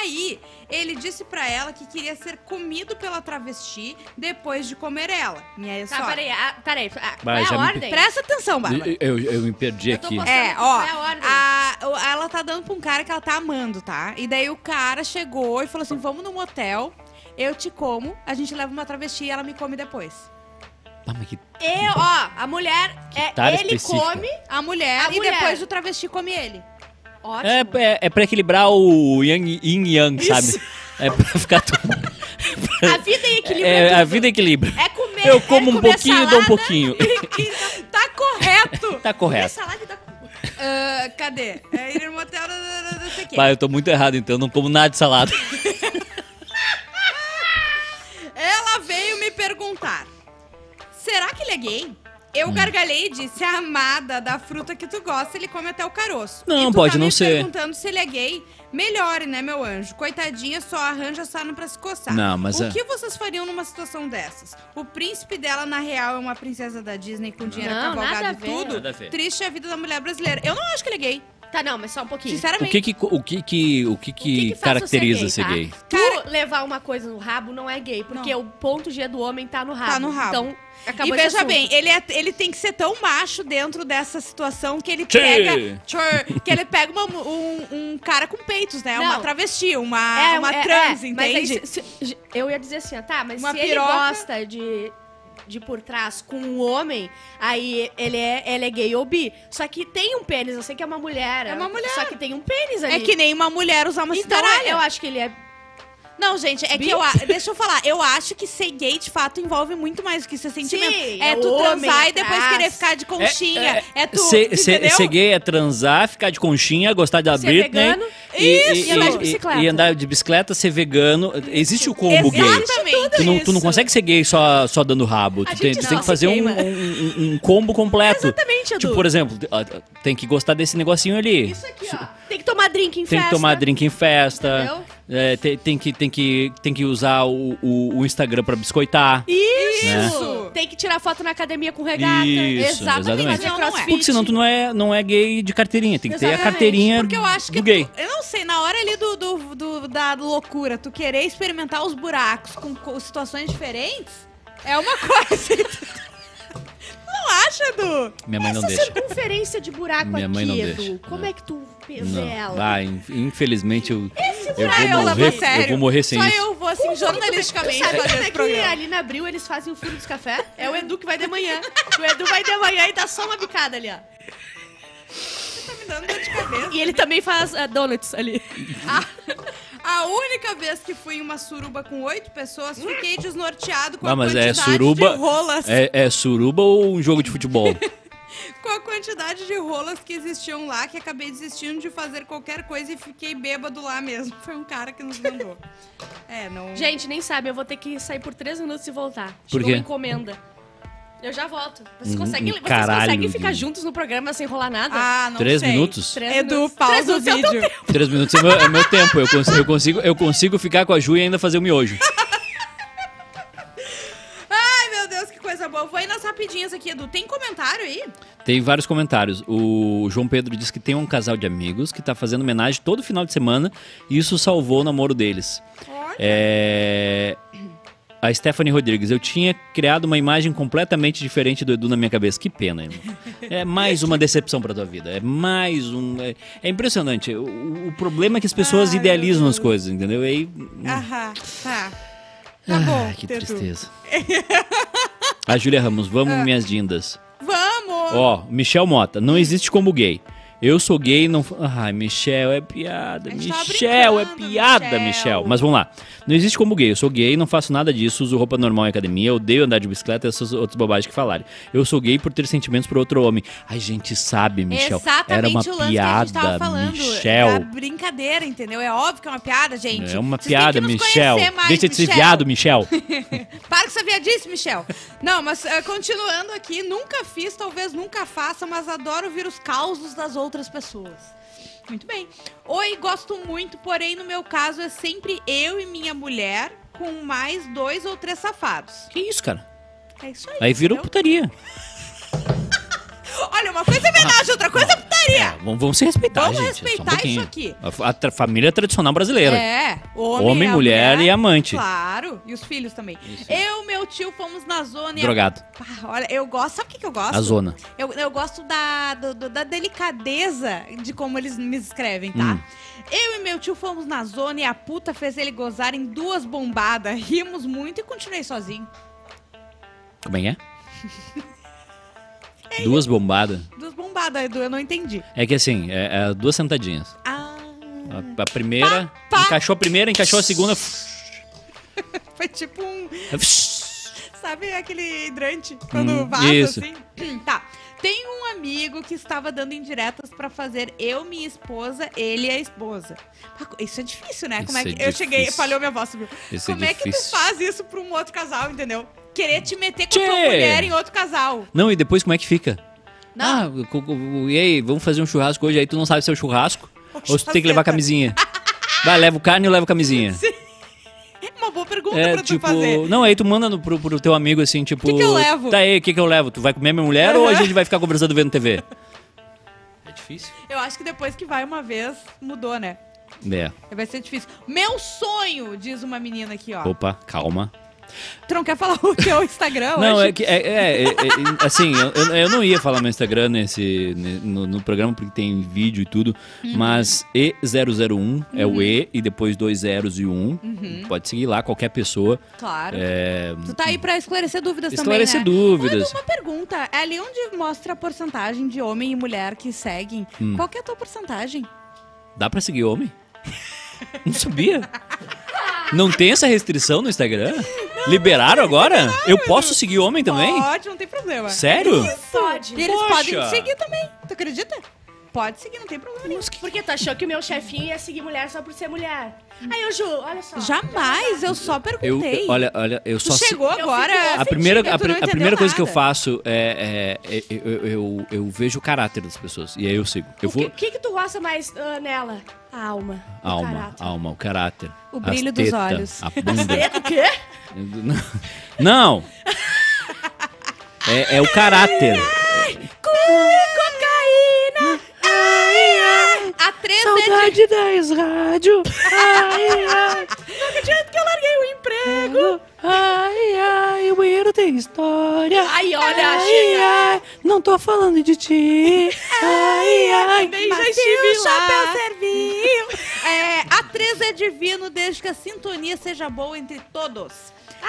Speaker 2: Aí, ele disse pra ela que queria ser comido pela travesti depois de comer ela. Minha ex
Speaker 3: Tá, peraí. Ah, peraí. Ah, qual
Speaker 1: Vai,
Speaker 3: é
Speaker 1: já
Speaker 3: a
Speaker 1: me-
Speaker 3: ordem?
Speaker 2: Presta atenção, Bárbara.
Speaker 1: Eu, eu me perdi
Speaker 3: Eu tô
Speaker 1: aqui.
Speaker 3: postando
Speaker 2: É,
Speaker 3: aqui,
Speaker 2: ó,
Speaker 3: qual é a ordem?
Speaker 2: a- o- ela tá dando pra um cara que ela tá amando, tá? E daí o cara chegou e falou assim: vamos num motel, eu te como, a gente leva uma travesti e ela me come depois.
Speaker 1: Ah, mas que-
Speaker 3: Eu, ó, a mulher, é,
Speaker 1: tara
Speaker 3: ele
Speaker 1: específica.
Speaker 3: come.
Speaker 2: A mulher,
Speaker 3: A
Speaker 2: e
Speaker 3: mulher.
Speaker 2: depois o travesti come
Speaker 3: *laughs*
Speaker 2: ele.
Speaker 3: Ótimo.
Speaker 1: É, é, é pra equilibrar o yang, yin e yang, sabe? É pra ficar tudo.
Speaker 3: A vida em equilíbrio.
Speaker 1: É,
Speaker 3: tudo.
Speaker 1: a vida equilibra.
Speaker 3: É comer.
Speaker 1: Eu como
Speaker 3: é
Speaker 1: um
Speaker 3: comer
Speaker 1: pouquinho e
Speaker 3: salada,
Speaker 1: dou um pouquinho.
Speaker 2: Tá correto!
Speaker 1: Tá
Speaker 3: Comer
Speaker 1: correto.
Speaker 3: salada e dá cu.
Speaker 2: Ah, cadê? É ir no motel, não sei o quê.
Speaker 1: Pai, eu tô muito errado então, eu não como nada de
Speaker 3: *laughs*
Speaker 1: salada.
Speaker 2: Ela veio me perguntar: será que ele é gay?
Speaker 1: Hum.
Speaker 2: Eu gargalhei e disse: amada da fruta que tu gosta, ele come até o caroço.
Speaker 1: Não,
Speaker 2: E tu
Speaker 1: pode
Speaker 2: tá
Speaker 1: não
Speaker 2: me
Speaker 1: ser.
Speaker 2: perguntando se ele é gay. Melhore, né, meu anjo? Coitadinha, só arranja sarna pra se coçar.
Speaker 1: Não, mas
Speaker 2: O
Speaker 1: é-
Speaker 2: que vocês fariam numa situação dessas? O príncipe dela, na real, é uma princesa da Disney com dinheiro
Speaker 3: Não, nada a
Speaker 2: cavalgado e
Speaker 3: ver.
Speaker 2: tudo.
Speaker 1: Nada a ver.
Speaker 2: Triste é a vida da mulher brasileira. Eu não acho que ele é gay.
Speaker 3: Tá, não, mas só um pouquinho.
Speaker 1: O
Speaker 2: Sinceramente.
Speaker 1: que que, o que, que, o que, que,
Speaker 3: O que que faz
Speaker 1: caracteriza
Speaker 3: você
Speaker 1: ser gay?
Speaker 3: tá? Tu levar uma coisa no rabo não é gay, porque
Speaker 2: Não.
Speaker 3: o ponto G do homem tá no rabo.
Speaker 2: Tá no rabo.
Speaker 3: Então, acabou
Speaker 2: e
Speaker 3: esse
Speaker 2: veja
Speaker 3: assunto.
Speaker 2: bem, ele, é- ele tem que ser tão macho dentro dessa situação que ele
Speaker 1: Tchê!
Speaker 2: pega. tchê, que ele pega uma mu- um, um cara com peitos, né? Uma
Speaker 3: Não.
Speaker 2: travesti, uma, Ah, uma
Speaker 3: é,
Speaker 2: trans,
Speaker 3: é, mas aí
Speaker 2: entende?
Speaker 3: se- se- eu ia dizer assim, ó, tá, mas
Speaker 2: Uma
Speaker 3: se
Speaker 2: piroca.
Speaker 3: ele gosta de, de por trás com um homem, aí ele é, ele é gay ou bi. Só que tem um pênis, eu sei que é uma mulher.
Speaker 2: É uma mulher.
Speaker 3: Só que tem um pênis ali.
Speaker 2: É que nem uma mulher usar uma
Speaker 3: então,
Speaker 2: cintaralha.
Speaker 3: eu acho que ele é...
Speaker 2: Não, gente, é que
Speaker 3: Bi?
Speaker 2: eu. a- Deixa eu falar. Eu acho que ser gay, de fato, envolve muito mais do que ser sentimento.
Speaker 3: Sim,
Speaker 2: é
Speaker 3: é
Speaker 2: tu
Speaker 3: o homem
Speaker 2: transar e depois
Speaker 3: atrás.
Speaker 2: querer ficar de conchinha. É, tu.
Speaker 1: Ser, ser-
Speaker 2: entendeu?
Speaker 1: ser gay é transar, ficar de conchinha, gostar da
Speaker 3: Ser
Speaker 1: Britney.
Speaker 3: vegano.
Speaker 2: Isso. E
Speaker 3: andar de bicicleta.
Speaker 1: e andar de bicicleta, ser vegano. Existe o combo é um gay.
Speaker 2: Exatamente.
Speaker 1: Tu não, tu não
Speaker 2: isso.
Speaker 1: consegue ser gay só, só dando rabo.
Speaker 3: A
Speaker 1: Tu tem,
Speaker 3: gente
Speaker 1: tu
Speaker 3: não
Speaker 1: tem que
Speaker 3: se
Speaker 1: fazer um,
Speaker 3: queima.
Speaker 1: um- um- um combo completo.
Speaker 3: Exatamente, Edu.
Speaker 1: Tipo, por exemplo, te- ó, tem que gostar desse negocinho ali.
Speaker 3: Isso aqui, ó. Tem que tomar drink em
Speaker 1: tipo, Tem
Speaker 3: festa.
Speaker 1: que tomar drink em festa.
Speaker 3: Entendeu?
Speaker 1: é, tem, tem que, tem, que, tem que usar o, o- o Instagram pra biscoitar.
Speaker 3: Isso!
Speaker 2: Né?
Speaker 3: Tem que tirar foto na academia com
Speaker 1: É.
Speaker 3: regata.
Speaker 1: Isso, exatamente.
Speaker 3: Fazer
Speaker 2: Não, não é.
Speaker 3: crossfit.
Speaker 1: Porque senão tu não é, não é gay de carteirinha. Tem que ter a
Speaker 3: Exatamente,
Speaker 1: carteirinha
Speaker 2: Porque eu acho que. é
Speaker 1: do gay.
Speaker 2: tu- eu não sei, na hora ali do, do- do- da loucura, tu querer experimentar os buracos com, co- situações diferentes é uma *laughs* coisa. não acha, Edu?
Speaker 1: Minha mãe não
Speaker 3: Essa
Speaker 1: deixa.
Speaker 3: circunferência de buraco
Speaker 1: Minha
Speaker 3: aqui,
Speaker 1: mãe não
Speaker 3: Edu,
Speaker 1: deixa.
Speaker 3: como
Speaker 1: Não.
Speaker 3: é que tu pesa
Speaker 1: Não.
Speaker 3: ela?
Speaker 1: Vai, in- infelizmente eu, eu
Speaker 2: Ah,
Speaker 1: vou
Speaker 2: levo a
Speaker 1: morrer. Eu
Speaker 2: sério.
Speaker 1: vou morrer sem
Speaker 2: Só
Speaker 1: isso.
Speaker 2: eu vou, assim, jornalisticamente
Speaker 3: Sabe
Speaker 2: fazer
Speaker 3: quando
Speaker 2: esse
Speaker 3: é que
Speaker 2: programa.
Speaker 3: ali na Abril eles fazem o furo dos café? É o Edu que vai de manhã. O Edu vai de manhã e dá só uma bicada ali, ó.
Speaker 2: Tá me dando dor de cabeça.
Speaker 3: E ele também faz eh, donuts ali.
Speaker 2: A única vez que fui em uma suruba com oito pessoas, fiquei desnorteado com a
Speaker 1: Ah, mas
Speaker 2: quantidade
Speaker 1: é suruba.
Speaker 2: de rolas.
Speaker 1: É, é suruba ou um jogo de
Speaker 2: *laughs*
Speaker 1: futebol?
Speaker 2: Com a quantidade de rolas que existiam lá, que acabei desistindo de fazer qualquer coisa e fiquei bêbado lá mesmo. *laughs* Foi um cara que nos mandou. É, não.
Speaker 3: Gente, nem sabe, eu vou ter que sair por três minutos e voltar.
Speaker 1: Por
Speaker 3: Chegou
Speaker 1: quê?
Speaker 3: uma encomenda. Eu já volto. Vocês
Speaker 1: Hum,
Speaker 3: conseguem,
Speaker 1: um
Speaker 3: vocês
Speaker 1: caralho
Speaker 3: conseguem
Speaker 1: de-
Speaker 3: ficar juntos no programa sem rolar nada?
Speaker 2: Ah, não
Speaker 1: Três
Speaker 2: sei.
Speaker 1: minutos?
Speaker 3: Três
Speaker 2: Edu,
Speaker 3: minutos. Três
Speaker 2: pausa o
Speaker 3: minutos é o teu
Speaker 2: vídeo.
Speaker 1: Três minutos é meu, é meu tempo. Eu consigo, eu, consigo, eu consigo ficar com a Ju e ainda fazer o miojo.
Speaker 2: Ai, meu Deus, que coisa boa. Vou ir nas rapidinhas aqui, Edu. Tem comentário aí?
Speaker 1: Tem vários comentários. O João Pedro diz que tem um casal de amigos que tá fazendo homenagem todo final de semana e isso salvou o namoro deles. É... A Stephanie Rodrigues, eu tinha criado uma imagem completamente diferente do Edu na minha cabeça. Que pena, irmão. É mais uma decepção pra tua vida. É mais um. É, é impressionante. O, o problema é que as pessoas
Speaker 2: Ai,
Speaker 1: idealizam
Speaker 2: meu
Speaker 1: as coisas, entendeu? E aí.
Speaker 2: Aham, tá. Tá bom,
Speaker 1: Ah, que
Speaker 2: Edu.
Speaker 1: tristeza. A Júlia Ramos, vamos,
Speaker 2: Ah.
Speaker 1: minhas dindas.
Speaker 2: Vamos!
Speaker 1: Ó, Michel Mota, não existe como gay. Eu sou gay, não. Ai, Michel, é piada.
Speaker 2: A gente tava
Speaker 1: Michel, é
Speaker 2: brincando,
Speaker 1: piada,
Speaker 2: Michel.
Speaker 1: Michel. Mas vamos lá. Não existe como gay. Eu sou gay, não faço nada disso, uso roupa normal em academia, odeio andar de bicicleta e essas outras bobagens que falarem. Eu sou gay por ter sentimentos por outro homem. A gente sabe, Michel.
Speaker 2: Exatamente
Speaker 1: era uma
Speaker 2: o
Speaker 1: piada,
Speaker 2: lance que a gente tava falando.
Speaker 1: Michel.
Speaker 2: É brincadeira, entendeu? É óbvio que é uma piada, gente.
Speaker 1: É uma
Speaker 2: Vocês têm
Speaker 1: piada,
Speaker 2: que nos
Speaker 1: Michel.
Speaker 2: conhecer mais,
Speaker 1: Deixa de ser
Speaker 2: Michel.
Speaker 1: viado,
Speaker 2: *laughs*
Speaker 1: Michel.
Speaker 2: Para com essa viadice, Michel. Não, mas eh, continuando aqui, nunca fiz, talvez nunca faça, mas adoro ouvir os causos das outras pessoas. Muito bem. Oi, gosto muito, porém no meu caso é sempre eu e minha mulher com mais dois ou três safados.
Speaker 1: que isso, cara?
Speaker 2: É isso aí.
Speaker 1: Aí virou
Speaker 2: entendeu?
Speaker 1: putaria.
Speaker 2: Olha, uma coisa é verdade, outra coisa
Speaker 1: É,
Speaker 2: é putaria.
Speaker 1: vamos, vamos se respeitar,
Speaker 2: Vamos
Speaker 1: gente. só um
Speaker 2: respeitar isso
Speaker 1: pouquinho.
Speaker 2: aqui.
Speaker 1: A, a tra- família tradicional brasileira.
Speaker 2: É, homem,
Speaker 1: Homem,
Speaker 2: é a
Speaker 1: mulher e amante.
Speaker 2: Claro, e os filhos também. Eu e meu tio fomos na zona e.
Speaker 1: Drogado.
Speaker 2: Ah, olha, eu gosto. Sabe o que, que eu gosto?
Speaker 1: A zona.
Speaker 2: Eu, eu gosto da, do- do- da delicadeza de como eles me escrevem, tá?
Speaker 1: Hum.
Speaker 2: Eu e meu tio fomos na zona e a puta fez ele gozar em duas bombadas. Rimos muito e continuei sozinho.
Speaker 1: Como é
Speaker 2: *laughs*
Speaker 1: que é?
Speaker 2: É
Speaker 1: Duas bombadas.
Speaker 2: Duas bombadas, Edu, eu não entendi.
Speaker 1: É que assim, é, é duas sentadinhas.
Speaker 2: Ah,
Speaker 1: A, a primeira,
Speaker 2: Pá, pá.
Speaker 1: encaixou a primeira, encaixou a segunda.
Speaker 2: foi tipo um. Sabe aquele hidrante quando
Speaker 1: Hum,
Speaker 2: vaza
Speaker 1: isso.
Speaker 2: assim? *clears throat* Tá. Tem um amigo que estava dando indiretas pra fazer eu, minha esposa, ele e a esposa. Pá, Isso é difícil, né? Como é
Speaker 1: Isso
Speaker 2: que
Speaker 1: é
Speaker 2: eu cheguei,
Speaker 1: difícil.
Speaker 2: falhou minha voz, subiu.
Speaker 1: Isso
Speaker 2: Como é, que tu faz isso pra um outro casal, entendeu? Querer te meter com
Speaker 1: Tchê!
Speaker 2: tua mulher em outro casal.
Speaker 1: Não, e depois como é que fica?
Speaker 2: Não.
Speaker 1: Ah, co- co- e aí, vamos fazer um churrasco hoje aí, tu não sabe se é um churrasco? ou se tu tem que levar
Speaker 2: *laughs*
Speaker 1: camisinha? Vai, leva o carne ou leva a camisinha?
Speaker 2: É uma boa pergunta
Speaker 1: É,
Speaker 2: pra tu
Speaker 1: tipo,
Speaker 2: fazer.
Speaker 1: não, aí tu manda no, pro, pro teu amigo assim, tipo.
Speaker 2: Que que eu levo?
Speaker 1: Tá aí, o que, que eu levo? Tu vai comer minha mulher ou a
Speaker 2: Aham.
Speaker 1: gente vai ficar conversando vendo TV? É difícil?
Speaker 2: Eu acho que depois que vai uma vez, mudou, né?
Speaker 1: É.
Speaker 2: Vai ser difícil. Meu sonho, diz uma menina aqui, ó.
Speaker 1: Opa, calma.
Speaker 2: Tu não quer falar *laughs* o teu Instagram
Speaker 1: Não,
Speaker 2: hoje?
Speaker 1: é que. É, é- é- é- assim, eu, eu- eu não ia falar meu Instagram nesse, ne- no, no programa, porque tem vídeo e tudo.
Speaker 2: Uhum.
Speaker 1: Mas E001 é o E e depois dois zeros e um.
Speaker 2: Uhum.
Speaker 1: Pode seguir lá, qualquer pessoa.
Speaker 2: Claro.
Speaker 1: É,
Speaker 2: Tu tá aí pra esclarecer dúvidas
Speaker 1: esclarecer
Speaker 2: também, né?
Speaker 1: dúvidas.
Speaker 2: Uma pergunta, é ali onde mostra a porcentagem de homem e mulher que seguem.
Speaker 1: Hum.
Speaker 2: Qual que é a tua porcentagem?
Speaker 1: Dá pra seguir homem? Não sabia. Não tem essa restrição no Instagram? Liberaram agora? Eu posso seguir homem também?
Speaker 2: Pode, não tem problema.
Speaker 1: Sério?
Speaker 3: Pode.
Speaker 2: E eles
Speaker 1: Poxa.
Speaker 2: podem seguir também. Tu acredita? Pode seguir, não tem problema nenhum.
Speaker 3: Porque tu achou que o meu chefinho ia seguir mulher só por ser mulher. Aí, ô Ju, olha só.
Speaker 2: Jamais, eu só
Speaker 1: Eu,
Speaker 2: perguntei.
Speaker 1: olha, olha, eu
Speaker 2: tu
Speaker 1: só se-
Speaker 2: chegou
Speaker 3: fico
Speaker 2: agora.
Speaker 1: A primeira,
Speaker 2: ofendida,
Speaker 1: a,
Speaker 2: tu
Speaker 1: pri-
Speaker 2: não
Speaker 1: a
Speaker 2: entendeu
Speaker 1: primeira coisa que eu
Speaker 2: nada.
Speaker 1: faço é. é- é- eu, eu- eu vejo o caráter das pessoas. E aí eu sigo. Eu
Speaker 3: O que,
Speaker 1: vou.
Speaker 3: que que tu gosta mais ah, nela? A alma.
Speaker 1: A alma,
Speaker 3: Caraca.
Speaker 1: a alma, o caráter.
Speaker 2: O
Speaker 1: as
Speaker 2: brilho dos
Speaker 1: teta,
Speaker 2: olhos.
Speaker 1: A bunda. *laughs*
Speaker 3: O é quê?
Speaker 1: Não! É, é o caráter.
Speaker 3: Cocaína!
Speaker 2: Há três anos.
Speaker 3: da rádio. Ai, ai. Não adianta que eu larguei o emprego.
Speaker 4: Ai, ai, o banheiro tem história.
Speaker 3: Ai, olha,
Speaker 4: ai,
Speaker 3: chega.
Speaker 4: ai, não tô falando de ti. Ai, ai,
Speaker 3: Também já
Speaker 2: Mas
Speaker 3: estive
Speaker 2: se o
Speaker 3: lá.
Speaker 2: chapéu serviu. *laughs* É, a três é divino, desde que a sintonia seja boa entre todos.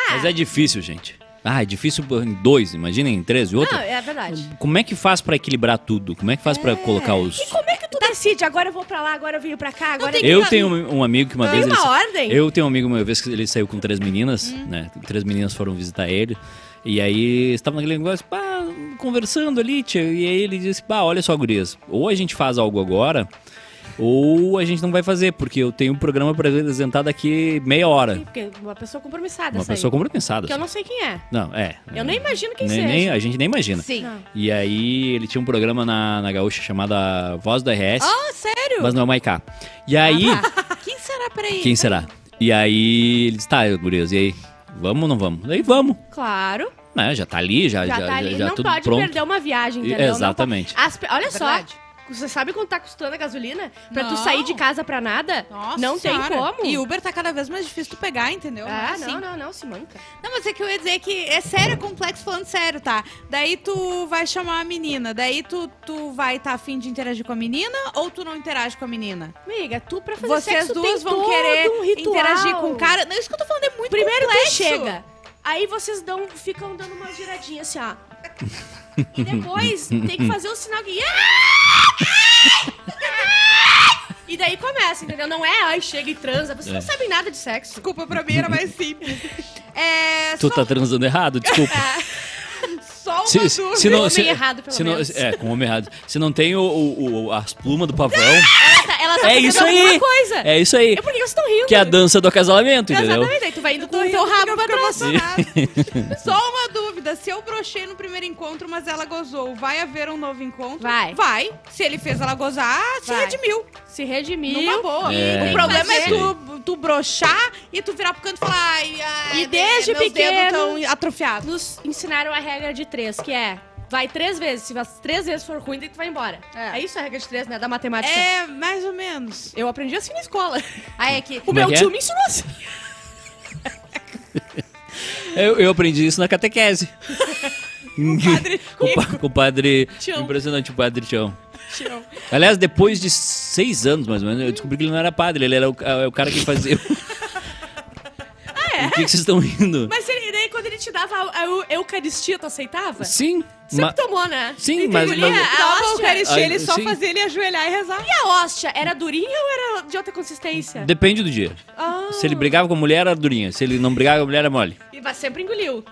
Speaker 1: Mas é difícil, gente. Ah, é difícil em dois, imagina em três e
Speaker 3: Não,
Speaker 1: outra.
Speaker 3: é verdade.
Speaker 1: Como é que faz pra equilibrar tudo? Como é que faz pra colocar os.
Speaker 3: Como é que tu decide? Agora eu vou pra lá, agora eu venho pra cá, agora...
Speaker 2: tem
Speaker 1: Eu tenho um um amigo que uma
Speaker 3: Tem
Speaker 1: vez. ele
Speaker 3: uma
Speaker 1: sa-
Speaker 3: ordem?
Speaker 1: Eu tenho um amigo uma vez que ele saiu com três meninas,
Speaker 3: Hum.
Speaker 1: né? Três meninas foram visitar ele. E aí estavam naquele negócio, pá, conversando ali, tia, e aí ele disse, pá, olha só, gurias, ou a gente faz algo agora, Ou a gente não vai fazer, porque eu tenho um programa pra apresentar daqui meia hora.
Speaker 3: Porque uma pessoa compromissada
Speaker 1: Uma
Speaker 3: essa aí.
Speaker 1: pessoa compromissada.
Speaker 3: Que eu não sei quem é.
Speaker 1: Não, é.
Speaker 3: Eu nem imagino quem
Speaker 1: nem,
Speaker 3: seja.
Speaker 1: nem- A gente nem imagina.
Speaker 2: Sim.
Speaker 3: Não.
Speaker 1: E aí ele tinha um programa na, na Gaúcha chamada Voz do RS,
Speaker 3: Oh,
Speaker 2: Ah, sério?
Speaker 1: mas não é o Maiká. E aí,
Speaker 3: tá.
Speaker 2: Ah, Quem será, peraí?
Speaker 1: quem será? E aí ele disse, tá, gurias, e aí? Vamos ou não vamos? Daí vamos,
Speaker 3: Claro.
Speaker 1: né? Já tá ali, já,
Speaker 3: Já,
Speaker 1: já,
Speaker 3: tá ali.
Speaker 1: já- já
Speaker 3: não
Speaker 1: tudo
Speaker 3: pode
Speaker 1: pronto.
Speaker 3: perder uma viagem,
Speaker 1: E-
Speaker 3: entendeu? Não
Speaker 1: Exatamente.
Speaker 3: pode- As pe- olha
Speaker 2: É
Speaker 3: só.
Speaker 2: verdade.
Speaker 3: Você sabe quanto tá custando a gasolina? Pra
Speaker 2: Não.
Speaker 3: tu sair de casa pra nada?
Speaker 2: Nossa
Speaker 3: não tem
Speaker 2: senhora.
Speaker 3: como.
Speaker 2: E Uber tá cada vez mais difícil tu pegar, entendeu?
Speaker 3: Ah,
Speaker 2: Assim.
Speaker 3: não, não, não, se manca.
Speaker 2: Não, mas é que eu ia dizer que é sério, é complexo falando sério, tá? Daí tu vai chamar a menina, daí tu, tu vai estar tá afim de interagir com a menina ou tu não interage com a menina?
Speaker 3: Amiga, tu pra fazer
Speaker 2: Vocês
Speaker 3: sexo
Speaker 2: duas
Speaker 3: tem
Speaker 2: vão
Speaker 3: todo
Speaker 2: querer
Speaker 3: um ritual.
Speaker 2: interagir com o cara. Não, isso que eu tô falando é muito
Speaker 3: Primeiro
Speaker 2: complexo.
Speaker 3: tu chega. Aí vocês dão, ficam dando uma giradinha assim, ó. E depois tem que fazer o sinal que. E daí começa, entendeu? Não é, ai, chega e transa. Vocês não
Speaker 1: É.
Speaker 3: sabem nada de sexo.
Speaker 2: Desculpa, pra mim era mais
Speaker 3: *laughs*
Speaker 2: simples. É.
Speaker 1: Tu
Speaker 2: só,
Speaker 1: tá transando errado, desculpa.
Speaker 3: É,
Speaker 2: só uma
Speaker 1: Se, se,
Speaker 2: dúvida.
Speaker 1: se não,
Speaker 3: Um Homem
Speaker 1: se,
Speaker 3: errado, pelo
Speaker 1: se não,
Speaker 3: menos.
Speaker 1: É, com homem errado. Se não tem o, o- o- as plumas do
Speaker 3: *laughs*
Speaker 1: pavão,
Speaker 3: Ela tá, ela tá
Speaker 1: É
Speaker 3: fazendo
Speaker 1: isso aí.
Speaker 3: alguma coisa.
Speaker 1: é isso aí.
Speaker 3: E por que vocês estão rindo?
Speaker 1: Que é a dança do acasalamento, entendeu?
Speaker 3: Exatamente, aí tu vai indo
Speaker 2: Eu
Speaker 3: com
Speaker 2: tô
Speaker 3: o
Speaker 2: rindo
Speaker 3: teu
Speaker 2: porque
Speaker 3: rabo
Speaker 2: um eu
Speaker 3: pra
Speaker 2: fico
Speaker 3: trás. *laughs*
Speaker 2: emocionada. Só uma dúvida. Se eu brochei no primeiro encontro, mas ela gozou, vai haver um novo encontro?
Speaker 3: Vai.
Speaker 2: Vai. Se ele fez ela gozar, se
Speaker 3: Vai.
Speaker 2: redimiu.
Speaker 3: Se redimir.
Speaker 2: Numa boa.
Speaker 1: É,
Speaker 2: o problema
Speaker 1: tem
Speaker 2: é
Speaker 1: que
Speaker 2: tu, tu brochar e tu virar pro canto e falar... Ai, ai,
Speaker 3: E desde
Speaker 2: meus
Speaker 3: pequeno-
Speaker 2: dedos tão atrofiados.
Speaker 3: Nos ensinaram a regra de três, que é... Vai três vezes. Se as três vezes for ruim, daí tu vai embora.
Speaker 2: É.
Speaker 3: É, isso a regra de três, né? Da matemática.
Speaker 2: É, mais ou menos.
Speaker 3: Eu aprendi assim na escola.
Speaker 2: Aí é que...
Speaker 3: O
Speaker 1: Como é
Speaker 3: meu
Speaker 1: que é?
Speaker 3: tio me ensinou assim.
Speaker 1: Eu, eu aprendi isso na catequese.
Speaker 2: Padre,
Speaker 1: *laughs* Com, o pa- com o padre.
Speaker 2: Tião.
Speaker 1: Impressionante, o padre Tião.
Speaker 2: Tião.
Speaker 1: Aliás, depois de seis anos, mais ou menos, eu descobri que ele não era padre, ele era o, é o cara que
Speaker 2: *laughs*
Speaker 1: fazia.
Speaker 2: Ah, é?
Speaker 1: Por que, que vocês estão rindo?
Speaker 3: Mas ele, daí, quando ele te dava a, a eu- Eucaristia, tu aceitava?
Speaker 1: Sim.
Speaker 3: Sempre
Speaker 2: é
Speaker 1: ma-
Speaker 3: tomou, né?
Speaker 1: Sim, mas-
Speaker 3: engolia
Speaker 1: mas-
Speaker 3: a
Speaker 2: Tava o
Speaker 3: hóstia.
Speaker 2: cara
Speaker 1: Ai,
Speaker 2: ele só
Speaker 1: sim.
Speaker 2: fazia ele ajoelhar e rezar.
Speaker 3: E a hóstia? Era durinha ou era de outra consistência?
Speaker 1: Depende do dia.
Speaker 3: Ah.
Speaker 1: Se ele brigava com a mulher, era durinha. Se ele não brigava com a mulher, era mole.
Speaker 3: E mas sempre engoliu.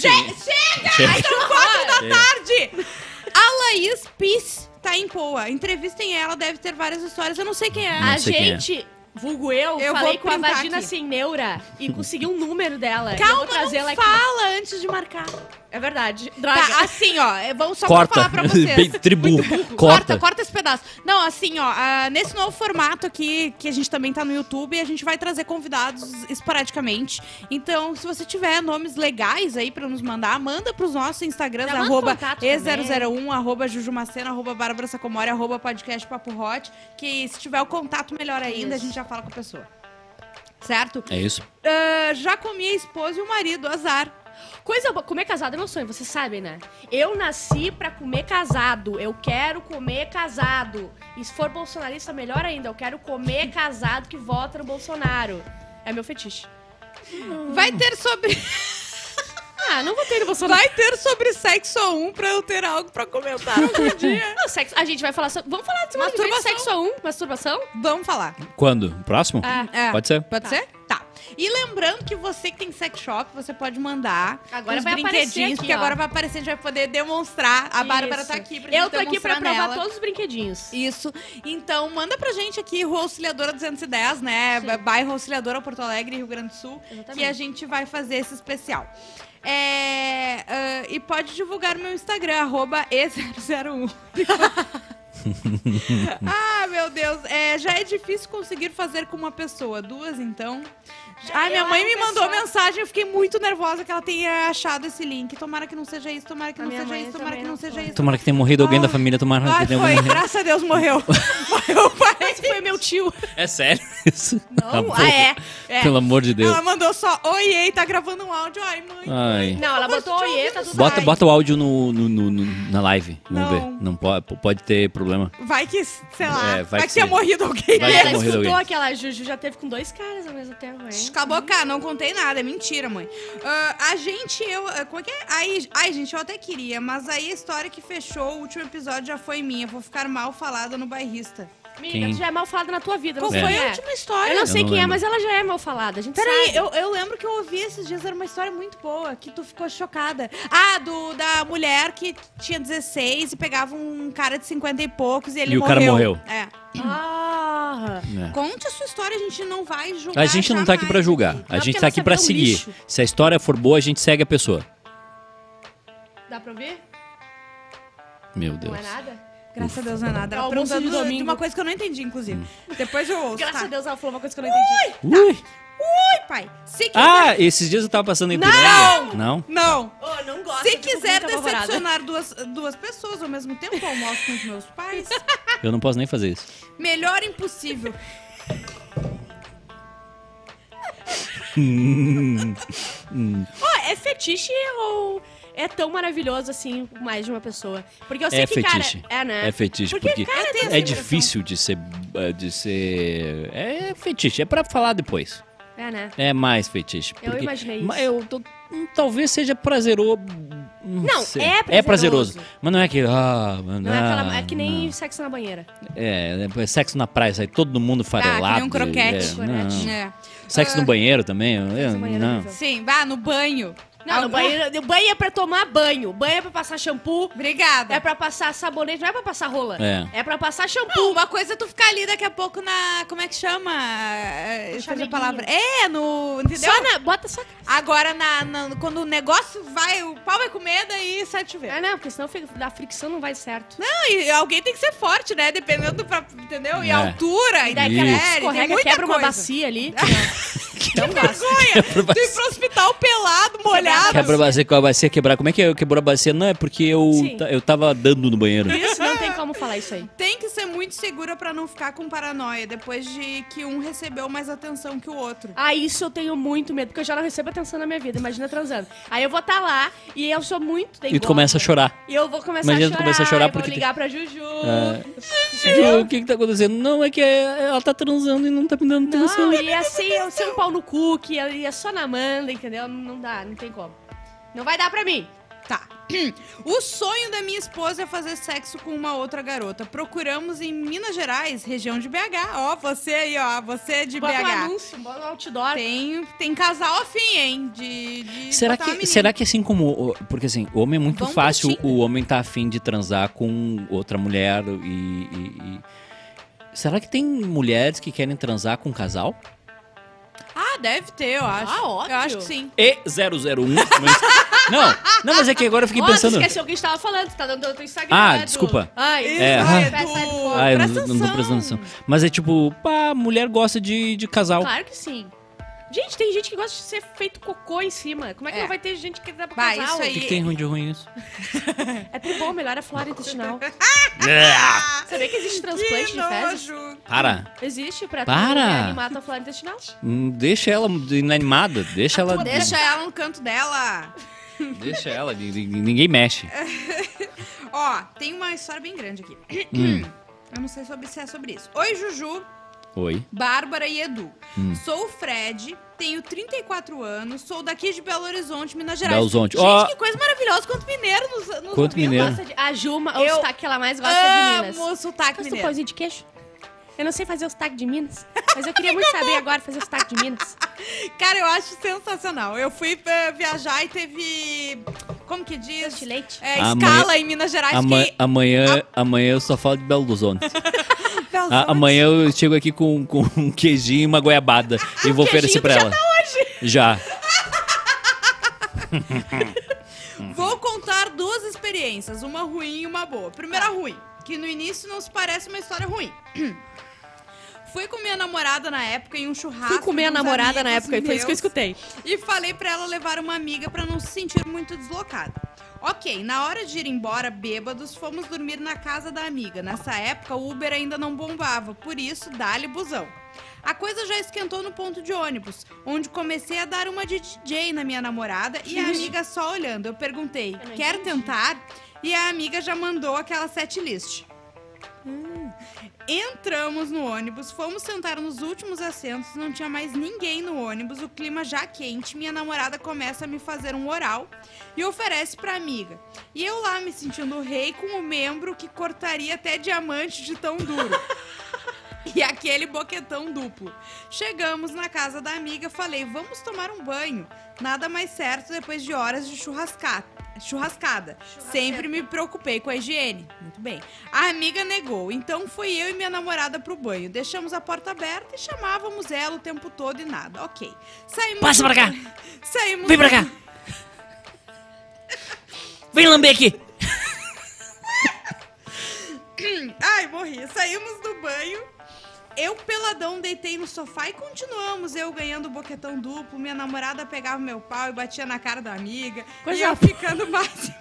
Speaker 1: Chega.
Speaker 2: Quatro da
Speaker 1: É.
Speaker 2: tarde! A Laís Piz tá em Poa. Entrevistem ela, deve ter várias histórias. Eu não sei quem é.
Speaker 1: Não
Speaker 3: a
Speaker 1: sei quem é.
Speaker 3: gente, vulgo eu,
Speaker 2: Eu
Speaker 3: falei
Speaker 2: vou
Speaker 3: com a
Speaker 2: printar
Speaker 3: vagina
Speaker 2: aqui.
Speaker 3: sem neura e consegui um número dela. E eu
Speaker 2: Calma,
Speaker 3: vou trazer
Speaker 2: não
Speaker 3: ela aqui.
Speaker 2: fala antes de marcar.
Speaker 3: É verdade. Droga.
Speaker 2: Tá, assim, ó. é- Vamos só
Speaker 1: Corta.
Speaker 2: pra falar pra
Speaker 1: *laughs*
Speaker 2: vocês.
Speaker 1: Bem tribu.
Speaker 2: Corta,
Speaker 1: Corta.
Speaker 2: corta esse pedaço. Não, assim, ó, ah, nesse novo formato aqui, que a gente também tá no YouTube, a gente vai trazer convidados esporadicamente. Então, se você tiver nomes legais aí pra nos mandar, manda pros nossos Instagrams,
Speaker 3: Já manda
Speaker 2: arroba
Speaker 3: contato
Speaker 2: E001, arroba Jujumacena, arroba Bárbara Sacomori, arroba podcast Papo Hot, que se tiver o contato melhor ainda, a gente já fala com a pessoa. Certo?
Speaker 1: É isso.
Speaker 2: Ah, já comi a esposa e o marido, azar.
Speaker 3: Coisa boa. Comer casado é meu sonho, vocês sabem, né? Eu nasci pra comer casado. Eu quero comer casado. E se for bolsonarista, melhor ainda. Eu quero *laughs* comer casado que vota no Bolsonaro. É meu fetiche.
Speaker 2: Vai ter sobre. *laughs*
Speaker 3: Ah, não votei no Bolsonaro.
Speaker 2: Vai ter sobre sexo a um pra eu ter algo pra
Speaker 3: *laughs*
Speaker 2: comentar.
Speaker 3: Não, sexo. A gente vai falar. so- Vamos falar de semana que vem de
Speaker 2: Masturbação.
Speaker 3: sexo a um? Masturbação?
Speaker 2: Vamos falar.
Speaker 1: Quando? Próximo?
Speaker 3: Ah,
Speaker 2: É.
Speaker 1: Pode ser?
Speaker 2: Pode ser? Tá. E lembrando que você que tem sex shop, você pode mandar
Speaker 3: Agora
Speaker 2: os
Speaker 3: vai aparecer
Speaker 2: brinquedinhos,
Speaker 3: aqui,
Speaker 2: porque
Speaker 3: ó.
Speaker 2: agora vai aparecer, a gente vai poder demonstrar. A Bárbara tá
Speaker 3: Isso.
Speaker 2: aqui pra gente
Speaker 3: Eu tô aqui pra
Speaker 2: demonstrar
Speaker 3: provar
Speaker 2: nela.
Speaker 3: todos os brinquedinhos.
Speaker 2: Isso. Então, manda pra gente aqui, Rua Auxiliadora 210, né?
Speaker 3: Sim.
Speaker 2: Bairro Auxiliadora, Porto Alegre, Rio Grande do Sul.
Speaker 3: Exatamente.
Speaker 2: Que a gente vai fazer esse especial. É, ah, e pode divulgar o meu Instagram, arroba
Speaker 3: *laughs*
Speaker 2: E001. ah, meu Deus. É, já é difícil conseguir fazer com uma pessoa. Duas, então. Ai, minha
Speaker 3: É, eu
Speaker 2: mãe
Speaker 3: amo
Speaker 2: me mandou
Speaker 3: pessoa.
Speaker 2: mensagem. Eu fiquei muito nervosa que ela tenha achado esse link. Tomara que não seja isso, tomara que
Speaker 3: A
Speaker 2: não
Speaker 3: minha
Speaker 2: seja
Speaker 3: mãe
Speaker 2: isso, tomara
Speaker 3: também
Speaker 2: que não
Speaker 3: não
Speaker 2: seja
Speaker 3: foi.
Speaker 2: isso.
Speaker 1: Tomara que tenha morrido alguém
Speaker 2: Ah.
Speaker 1: da família, tomara
Speaker 2: Ai,
Speaker 1: que tenha
Speaker 2: foi,
Speaker 1: morrido.
Speaker 2: graças a Deus
Speaker 1: *laughs*
Speaker 2: morreu. Morreu o pai.
Speaker 3: Esse foi meu tio.
Speaker 1: É sério isso? Tá bom.
Speaker 3: ah, é. é.
Speaker 1: Pelo amor de Deus.
Speaker 2: Ela mandou só, oi, ei, tá gravando um áudio. Ai, mãe.
Speaker 1: Ai.
Speaker 3: Não, ela botou
Speaker 2: Mas,
Speaker 3: oiê,
Speaker 2: tio,
Speaker 3: tá tudo
Speaker 1: Bota,
Speaker 2: Ai.
Speaker 1: bota o áudio no, no- no- no- na live. Vamos
Speaker 2: Não.
Speaker 1: ver. Não pode, pode ter problema.
Speaker 2: Vai que, sei lá,
Speaker 1: É, vai
Speaker 2: vai,
Speaker 1: que
Speaker 2: que tenha
Speaker 1: sim.
Speaker 2: morrido
Speaker 1: Vai
Speaker 2: alguém
Speaker 1: que
Speaker 2: mesmo.
Speaker 3: Ela
Speaker 1: ter morrido
Speaker 3: escutou
Speaker 1: alguém.
Speaker 3: aquela Juju, já teve com dois caras ao mesmo tempo, hein?
Speaker 2: Cala a boca, não contei nada, é mentira, mãe. Ah, a gente, eu. ah, Como é que é? Aí, ai, gente, eu até queria, mas aí a história que fechou o último episódio já foi minha. Vou ficar mal falada no bairrista.
Speaker 3: Amiga,
Speaker 1: Quem?
Speaker 3: tu já é mal falada na tua vida.
Speaker 2: Qual
Speaker 3: não sei
Speaker 2: foi
Speaker 3: quem
Speaker 2: a
Speaker 3: é.
Speaker 2: última
Speaker 3: Eu
Speaker 2: história?
Speaker 3: não
Speaker 1: Eu
Speaker 3: sei
Speaker 1: não
Speaker 3: quem é,
Speaker 1: lembro.
Speaker 3: mas ela já é mal falada. A gente
Speaker 2: Peraí,
Speaker 3: sabe.
Speaker 2: eu, eu lembro que eu ouvi esses dias, era uma história muito boa, que tu ficou chocada. Ah, do, da mulher que tinha 16 e pegava um cara de 50 e poucos e ele
Speaker 1: E o
Speaker 2: morreu.
Speaker 1: cara
Speaker 2: É.
Speaker 3: Ah,
Speaker 1: né?
Speaker 2: Conte a sua história, a gente não vai julgar.
Speaker 1: A gente não tá aqui pra
Speaker 2: jamais
Speaker 1: julgar. A
Speaker 3: Não,
Speaker 1: gente
Speaker 3: porque
Speaker 1: tá aqui
Speaker 3: nossa
Speaker 1: pra
Speaker 3: vida é um
Speaker 1: seguir.
Speaker 3: lixo.
Speaker 1: Se a história for boa, a gente segue a pessoa.
Speaker 3: dá pra ouvir?
Speaker 1: Meu
Speaker 3: Não
Speaker 1: Deus.
Speaker 3: é nada?
Speaker 2: Graças a Deus não é nada. Ela
Speaker 3: É o almoço
Speaker 2: perguntando
Speaker 3: de domingo.
Speaker 2: de uma coisa que eu não entendi, inclusive.
Speaker 1: Hum.
Speaker 2: Depois eu ouço.
Speaker 3: Graças
Speaker 2: tá?
Speaker 3: a Deus ela falou uma coisa que eu não entendi.
Speaker 1: Ui.
Speaker 2: Oi, pai. Se quiser.
Speaker 1: Ah, esses dias eu tava passando em
Speaker 2: Não!
Speaker 1: Ipiranga. Não?
Speaker 2: Não.
Speaker 3: Oh, não gosto.
Speaker 2: Se
Speaker 3: eu fico
Speaker 2: quiser
Speaker 3: muito apavorada.
Speaker 2: decepcionar duas, duas pessoas ao mesmo tempo, eu almoço com os meus
Speaker 1: *laughs*
Speaker 2: pais.
Speaker 1: Eu não posso nem fazer isso.
Speaker 2: Melhor impossível.
Speaker 3: Ó, é fetiche ou é tão maravilhoso assim, mais de uma pessoa? Porque eu sei
Speaker 1: É
Speaker 3: que,
Speaker 1: fetiche.
Speaker 3: cara. É, né?
Speaker 1: É fetiche,
Speaker 3: Porque,
Speaker 1: porque
Speaker 3: cara, tem essa
Speaker 1: é
Speaker 3: impressão.
Speaker 1: difícil de ser. eh, De ser. É fetiche. É pra falar depois.
Speaker 3: É, né?
Speaker 1: É mais fetiche.
Speaker 3: Eu
Speaker 1: porque-
Speaker 3: imaginei isso.
Speaker 1: Mas eu tô- hum, talvez seja prazeroso.
Speaker 3: Não, é
Speaker 1: É
Speaker 3: prazeroso.
Speaker 1: prazeroso. Mas não é que. Ah,
Speaker 3: Não é, aquela, é que nem sexo na banheira.
Speaker 1: É, é sexo na praia, sai todo mundo farelado.
Speaker 2: Ah, que nem um croquete.
Speaker 1: É, não.
Speaker 2: É.
Speaker 1: Sexo no banheiro também. eu-
Speaker 3: no banheiro é
Speaker 1: não.
Speaker 3: horrível.
Speaker 2: Sim, vá no banho.
Speaker 3: Não,
Speaker 2: Ah,
Speaker 3: no banheiro, o banho é pra tomar banho. Banho é pra passar shampoo.
Speaker 2: Obrigada.
Speaker 3: É pra passar sabonete, não é pra passar rola.
Speaker 1: É.
Speaker 3: É pra passar shampoo.
Speaker 2: Não, uma coisa é tu ficar ali daqui a pouco na. Como é que chama? É, Esqueci a
Speaker 3: chameguinho.
Speaker 2: palavra. É, no. Entendeu?
Speaker 3: Só na, bota só.
Speaker 2: Agora, na, na- quando o negócio vai, o pau vai comer, daí sai chover.
Speaker 3: Ah, não, porque senão fica- da fricção não vai certo.
Speaker 2: Não, e alguém tem que ser forte, né? Dependendo do. pra- entendeu? E a
Speaker 1: É.
Speaker 2: altura, e daí
Speaker 1: Isso.
Speaker 2: é, tem
Speaker 3: Escorrega,
Speaker 2: muita
Speaker 3: quebra uma
Speaker 2: coisa. *laughs*
Speaker 3: bacia ali.
Speaker 2: Que vergonha! tu ir pro hospital pelado, molhado.
Speaker 1: Quebra a bacia, com a bacia quebrar. Como é que eu quebrou a bacia? Não, é porque eu,
Speaker 3: Sim.
Speaker 1: ta- eu tava dando no banheiro.
Speaker 3: Isso, não tem como falar isso aí.
Speaker 2: Tem que ser muito segura pra não ficar com paranoia depois de que um recebeu mais atenção que o outro.
Speaker 3: Ah, isso eu tenho muito medo, porque eu já não recebo atenção na minha vida, imagina transando. Aí eu vou estar lá e eu sou muito
Speaker 1: E tu começa a chorar.
Speaker 3: E eu vou começar
Speaker 1: Imagina
Speaker 3: a
Speaker 1: tu
Speaker 3: chorar.
Speaker 1: começa a chorar
Speaker 3: eu vou
Speaker 1: porque É.
Speaker 3: ligar pra Juju.
Speaker 1: Ju, o que que tá acontecendo? Não, é que é- ela tá transando e não tá me dando atenção.
Speaker 3: Não, e assim, eu ser um pau no cu, que ele é só na Amanda, entendeu? Não dá, não tem como. Não vai dar pra mim.
Speaker 2: Tá. *clears throat* O sonho da minha esposa é fazer sexo com uma outra garota. Procuramos em Minas Gerais, região de BH. Ó, você aí, ó, você é de
Speaker 3: Bota um
Speaker 2: BH.
Speaker 3: anúncio, bota um outdoor.
Speaker 2: Tem, tem casal afim, hein? De, de
Speaker 1: Será
Speaker 2: botar uma
Speaker 1: que,
Speaker 2: menina.
Speaker 1: será que assim como. o- Porque assim, o homem é muito
Speaker 2: Vamos pro
Speaker 1: fácil,
Speaker 2: Tinder.
Speaker 1: o homem tá afim de transar com outra mulher e, e- e- Será que tem mulheres que querem transar com um casal?
Speaker 2: Ah, deve ter, eu acho.
Speaker 3: Ah, óbvio.
Speaker 2: Eu acho que sim.
Speaker 1: E001. mas- *laughs* Não, não, mas é que agora eu fiquei
Speaker 3: Ó,
Speaker 1: pensando.
Speaker 3: tu esqueceu o que a gente tava falando, tu tá dando o teu Instagram.
Speaker 1: Ah,
Speaker 3: né, Du?
Speaker 1: desculpa.
Speaker 3: Ai,
Speaker 2: Isso,
Speaker 1: É.
Speaker 3: vai,
Speaker 2: Edu.
Speaker 3: vai, sai de fora.
Speaker 1: Ah, eu não,
Speaker 2: Presta
Speaker 1: não tô
Speaker 2: atenção.
Speaker 1: prestando atenção. Mas é tipo, pá, mulher gosta de, de casal.
Speaker 3: Claro que sim. Gente, tem gente que gosta de ser feito cocô em cima. Como é que
Speaker 2: É.
Speaker 3: não vai ter gente que dá pra
Speaker 2: Bah,
Speaker 3: casal?
Speaker 2: isso
Speaker 1: O
Speaker 2: aí.
Speaker 1: que, que tem ruim de ruim isso?
Speaker 3: É tão bom, melhor
Speaker 2: *laughs*
Speaker 3: a flora intestinal. Sabia que existe transplante
Speaker 2: Que
Speaker 3: de fezes?
Speaker 2: nojo.
Speaker 1: Para.
Speaker 3: Existe pra tu
Speaker 1: Para.
Speaker 3: reanimar a tua flora intestinal.
Speaker 1: Hum, Deixa ela inanimada. Deixa ela.
Speaker 2: Ah, Deixa ela no canto dela.
Speaker 1: deixa ela. ni- ni- Ninguém mexe.
Speaker 2: É. Ó, tem uma história bem grande aqui.
Speaker 1: Hum.
Speaker 2: *clears throat* Eu não sei sobre, se é sobre isso. Oi, Juju,
Speaker 1: Oi.
Speaker 2: Bárbara e Edu.
Speaker 1: Hum.
Speaker 2: Sou o Fred, tenho 34 anos, sou daqui de Belo Horizonte, Minas Gerais.
Speaker 1: Belo Horizonte.
Speaker 2: Gente,
Speaker 1: Ó.
Speaker 2: que coisa maravilhosa. Quanto mineiro nos, nos
Speaker 1: Quanto
Speaker 2: ouvindo.
Speaker 1: mineiro.
Speaker 3: Gosta de- A Juma, o
Speaker 2: Eu
Speaker 3: sotaque que ela mais gosta é de Minas.
Speaker 2: Amo o sotaque
Speaker 3: Gosta do
Speaker 2: mineiro.
Speaker 3: pãozinho de queijo? Eu não sei fazer o sotaque de Minas, mas
Speaker 2: *laughs*
Speaker 3: eu queria muito saber agora fazer o sotaque de Minas.
Speaker 2: Cara, eu acho sensacional. Eu fui eh, viajar e teve... Como que diz?
Speaker 3: Doce de leite?
Speaker 2: É,
Speaker 1: Amanhã-
Speaker 2: escala em Minas Gerais.
Speaker 1: Ama-
Speaker 2: Fiquei...
Speaker 1: amanhã, amanhã eu só falo de Belo Horizonte.
Speaker 3: *laughs*
Speaker 2: Belo
Speaker 1: A-
Speaker 2: Horizonte.
Speaker 1: amanhã eu chego aqui com, com um queijinho e uma
Speaker 3: *laughs*
Speaker 1: goiabada. e vou oferecer
Speaker 3: queijinho
Speaker 1: pra
Speaker 3: tu já tá
Speaker 1: ela. Já.
Speaker 2: Vou contar duas experiências, uma ruim e uma boa. Primeira
Speaker 3: Tá.
Speaker 2: ruim, que no início não se parece uma história ruim. *clears throat* Fui com minha namorada na época em um churrasco.
Speaker 3: Fui comer a
Speaker 2: de uns
Speaker 3: namorada na
Speaker 2: amigos
Speaker 3: época e foi isso que eu
Speaker 2: meus
Speaker 3: escutei.
Speaker 2: E falei pra ela levar uma amiga pra não se sentir muito deslocada. Ok, na hora de ir embora bêbados, fomos dormir na casa da amiga. Nessa época, o Uber ainda não bombava, por isso, dá-lhe busão. A coisa já esquentou no ponto de ônibus, onde comecei a dar uma de DJ na minha namorada e a amiga só olhando. Eu perguntei,
Speaker 3: não
Speaker 2: quer tentar? E a amiga já mandou aquela setlist. Entramos no ônibus, fomos sentar nos últimos assentos, não tinha mais ninguém no ônibus, o clima já quente, minha namorada começa a me fazer um oral e oferece pra amiga. E eu lá me sentindo rei com o membro que cortaria até diamante de tão duro. *laughs* aquele boquetão duplo. Chegamos na casa da amiga, falei, vamos tomar um banho. Nada mais certo depois de horas de churrasca- churrascada. Sempre me preocupei com a higiene. Muito bem. A amiga negou, então fui eu e minha namorada pro banho. Deixamos a porta aberta e chamávamos ela o tempo todo e nada. Ok. Saímos.
Speaker 1: Passa pra cá!
Speaker 2: *laughs* Saímos.
Speaker 1: Vem pra cá! Vem lamber aqui!
Speaker 2: Ai, morri. Saímos do banho. Eu, peladão, deitei no sofá e continuamos. Eu ganhando boquetão duplo, minha namorada pegava meu pau e batia na cara da amiga.
Speaker 3: Coisa
Speaker 2: e eu ficando *laughs* mais. assim.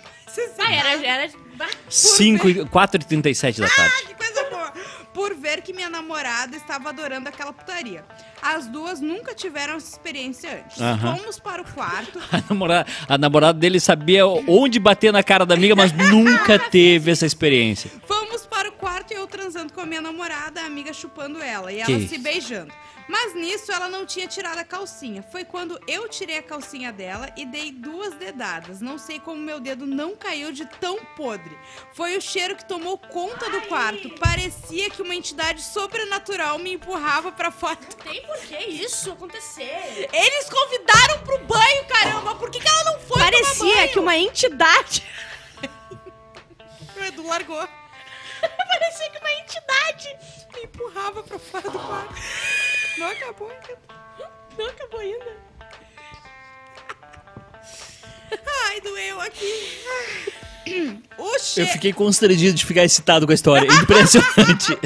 Speaker 2: mais
Speaker 3: Ah, era. era... bah,
Speaker 1: 5 e 4 e 37 da tarde.
Speaker 2: que coisa boa! Por ver que minha namorada estava adorando aquela putaria. As duas nunca tiveram essa experiência antes.
Speaker 1: Aham.
Speaker 2: Fomos para o quarto.
Speaker 1: *laughs*
Speaker 3: Ah!
Speaker 1: A namorada, a namorada dele sabia onde bater na cara da amiga, mas nunca
Speaker 3: *laughs*
Speaker 1: teve essa experiência.
Speaker 2: Fomos para o quarto e eu transando com a minha namorada, a amiga chupando ela e
Speaker 1: Que
Speaker 2: ela se
Speaker 1: isso.
Speaker 2: beijando. Mas nisso ela não tinha tirado a calcinha. Foi quando eu tirei a calcinha dela e dei duas dedadas. Não sei como meu dedo não caiu de tão podre. Foi o cheiro que tomou conta do quarto. Parecia que uma entidade sobrenatural me empurrava pra fora.
Speaker 3: não tem por que isso acontecer.
Speaker 2: Eles convidaram pro banho, caramba! Por que, que ela não foi tomar
Speaker 3: Parecia
Speaker 2: banho?
Speaker 3: que uma entidade.
Speaker 2: O Edu largou.
Speaker 3: Parecia que uma entidade.
Speaker 2: Me empurrava pra fora do quarto. Não acabou ainda.
Speaker 3: Não acabou ainda.
Speaker 2: Ai, doeu aqui. O
Speaker 1: Eu
Speaker 2: cheiro.
Speaker 1: fiquei constrangido de ficar excitado com a
Speaker 3: *laughs*
Speaker 1: história. Impressionante.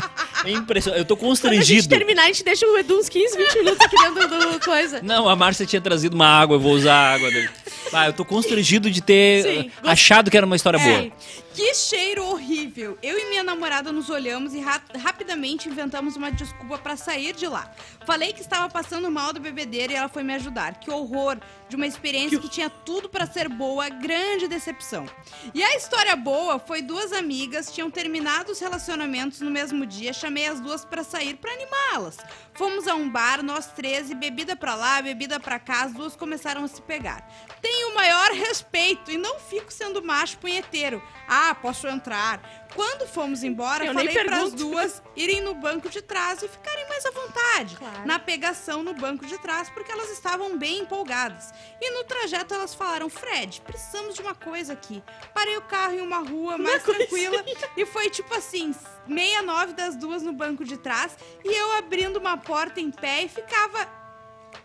Speaker 1: É impressionante. Eu tô
Speaker 3: Quando a gente
Speaker 1: constrangido.
Speaker 3: terminar, a gente deixa o Edu uns 15, 20 minutos aqui dentro do coisa.
Speaker 1: Não, a Márcia tinha trazido uma água, eu vou usar a água
Speaker 3: *laughs*
Speaker 1: dele. Ah, eu tô constrangido de ter
Speaker 3: Sim, É.
Speaker 1: uh, achado que era uma história boa.
Speaker 2: Que cheiro horrível. Eu e minha namorada nos olhamos e ra- rapidamente inventamos uma desculpa pra sair de lá. Falei que estava passando mal do bebedeiro e ela foi me ajudar. Que horror de uma experiência que, tinha tudo pra ser boa, grande decepção. E a história boa foi duas amigas tinham terminado os relacionamentos no mesmo dia. Chamei as duas pra sair pra animá-las. Fomos a um bar, nós três, e bebida pra lá, bebida pra cá, as duas começaram a se pegar. Tenho o maior respeito e não fico sendo macho punheteiro. Ah, posso entrar. Quando fomos embora,
Speaker 3: Eu nem
Speaker 2: falei para as
Speaker 3: pergunto.
Speaker 2: duas irem no banco de trás e ficarem mais à vontade.
Speaker 3: Claro.
Speaker 2: Na pegação no banco de trás, porque elas estavam bem empolgadas. E no trajeto elas falaram: Fred, precisamos de uma coisa aqui. Parei o carro em uma rua mais tranquila
Speaker 3: *laughs*
Speaker 2: e foi tipo assim: 69 das duas no banco de trás e eu abrindo uma porta em pé e ficava.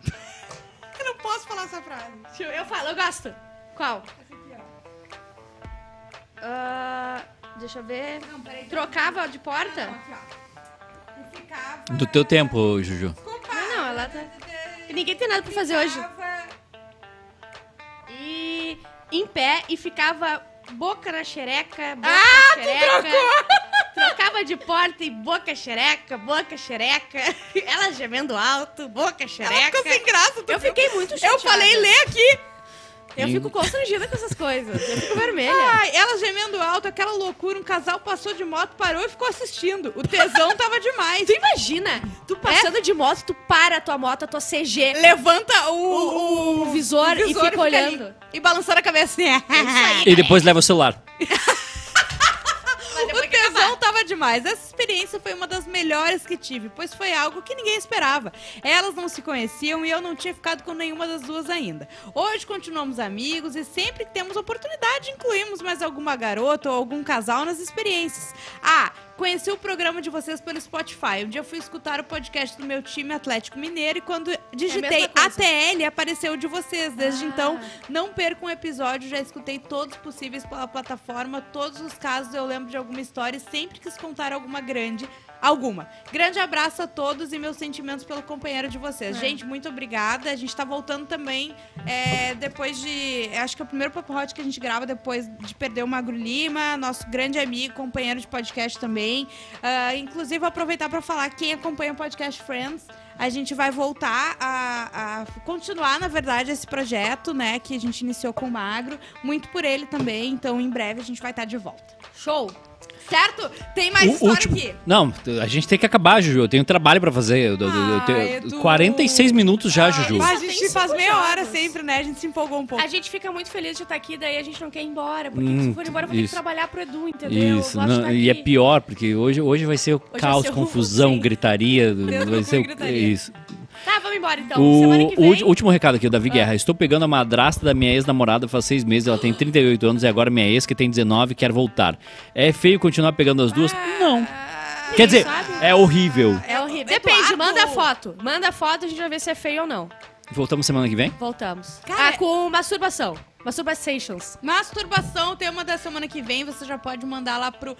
Speaker 2: *laughs* eu não posso falar essa frase.
Speaker 3: Deixa Eu, eu falo, eu gosto. Qual? Ah, deixa eu ver.
Speaker 2: Não, peraí.
Speaker 3: Trocava de porta?
Speaker 2: Não, aqui, ó. Tá. E ficava.
Speaker 1: Do teu tempo, Juju.
Speaker 2: Comparado.
Speaker 3: Não, não, ela tá- Ninguém tem nada pra fazer hoje.
Speaker 2: Ficava-
Speaker 3: E em pé e ficava boca na xereca, boca ah, xereca. trocou! *laughs* Trocava de porta e boca xereca, boca xereca. *laughs* Ela gemendo alto, boca
Speaker 2: Ela
Speaker 3: xereca.
Speaker 2: ficou sem graça, tu
Speaker 3: Eu
Speaker 2: viu?
Speaker 3: fiquei muito chateada.
Speaker 2: Eu falei, lê aqui.
Speaker 3: Eu fico constrangida com essas coisas. Eu fico vermelha.
Speaker 2: Ai, ela gemendo alto, aquela loucura. Um casal passou de moto, parou e ficou assistindo. O
Speaker 3: *laughs*
Speaker 2: tesão tava demais.
Speaker 3: Tu imagina, tu passando de moto, tu para a tua moto, a tua CG,
Speaker 2: Levanta o,
Speaker 3: o, o- o visor, e fica, olhando.
Speaker 2: ali. E balançando a cabeça assim.
Speaker 3: É.
Speaker 1: E depois leva o celular.
Speaker 2: o tesão tava demais. Essa experiência foi uma das melhores que tive, pois foi algo que ninguém esperava. Elas não se conheciam e eu não tinha ficado com nenhuma das duas ainda. Hoje continuamos amigos e sempre que temos oportunidade incluímos mais alguma garota ou algum casal nas experiências. Ah, conheci o programa de vocês pelo Spotify. Um dia fui escutar o podcast do meu time Atlético Mineiro e quando digitei
Speaker 3: É mesma coisa.
Speaker 2: ATL apareceu o de vocês. Desde
Speaker 3: Ah.
Speaker 2: então não perco um episódio, já escutei todos possíveis pela plataforma. Todos os casos eu lembro de alguma história e sempre quis contar alguma grande. Alguma. Grande abraço a todos e meus sentimentos pelo companheiro de vocês.
Speaker 3: É.
Speaker 2: Gente, muito obrigada. A gente tá voltando também é, depois de. Acho que é o primeiro papo hot que a gente grava depois de perder o Magro Lima, nosso grande amigo, companheiro de podcast também. Ah, inclusive, vou aproveitar pra falar quem acompanha o podcast Friends. A gente vai voltar a, a continuar, na verdade, esse projeto, né? Que a gente iniciou com o Magro. Muito por ele também. Então, em breve, a gente vai estar de tá volta.
Speaker 3: Show!
Speaker 2: Certo? Tem mais história aqui.
Speaker 1: Não, a gente tem que acabar, Juju. Eu tenho trabalho pra fazer. Eu- eu- eu- eu tenho-
Speaker 2: Ah,
Speaker 3: é
Speaker 2: Edu.
Speaker 1: 46 minutos já, Juju.
Speaker 2: Mas a
Speaker 3: Só tem
Speaker 2: gente faz
Speaker 3: cinco
Speaker 2: meia hora
Speaker 3: jogos.
Speaker 2: sempre, né? A gente se empolgou um pouco.
Speaker 3: A gente fica muito feliz de estar aqui, daí a gente não quer ir embora. Porque
Speaker 1: Hum,
Speaker 3: se for embora, eu vou ter
Speaker 1: isso.
Speaker 3: que trabalhar pro Edu, entendeu?
Speaker 1: Isso,
Speaker 3: Eu gosto de
Speaker 1: não,
Speaker 3: estar
Speaker 1: e é
Speaker 3: aqui.
Speaker 1: pior, porque hoje, hoje vai ser o
Speaker 3: vai
Speaker 1: caos,
Speaker 3: ser o-
Speaker 1: confusão,
Speaker 3: sim.
Speaker 1: gritaria.
Speaker 2: Deus
Speaker 1: vai
Speaker 2: do
Speaker 1: ser o-
Speaker 2: cu, gritaria.
Speaker 1: Isso.
Speaker 3: Tá, vamos embora então. Semana
Speaker 1: O,
Speaker 3: que vem. Ah.
Speaker 1: ulti- último recado aqui, o Davi Guerra. Estou pegando a madrasta da minha ex-namorada faz seis meses. Ela tem 38 anos e agora minha ex, que tem 19, quer voltar. É feio continuar pegando as duas?
Speaker 3: Ah.
Speaker 1: Não. Então,
Speaker 2: Ah.
Speaker 1: Quer dizer,
Speaker 3: sabe?
Speaker 1: é horrível.
Speaker 3: É horrível.
Speaker 2: Eduardo.
Speaker 3: Depende, manda foto. Manda foto, a gente vai ver se é feio ou não.
Speaker 1: Voltamos semana que vem?
Speaker 3: Voltamos.
Speaker 2: Cara,
Speaker 3: ah, com masturbação. Masturbations.
Speaker 2: Masturbação, tema da semana que vem, você já pode mandar lá pro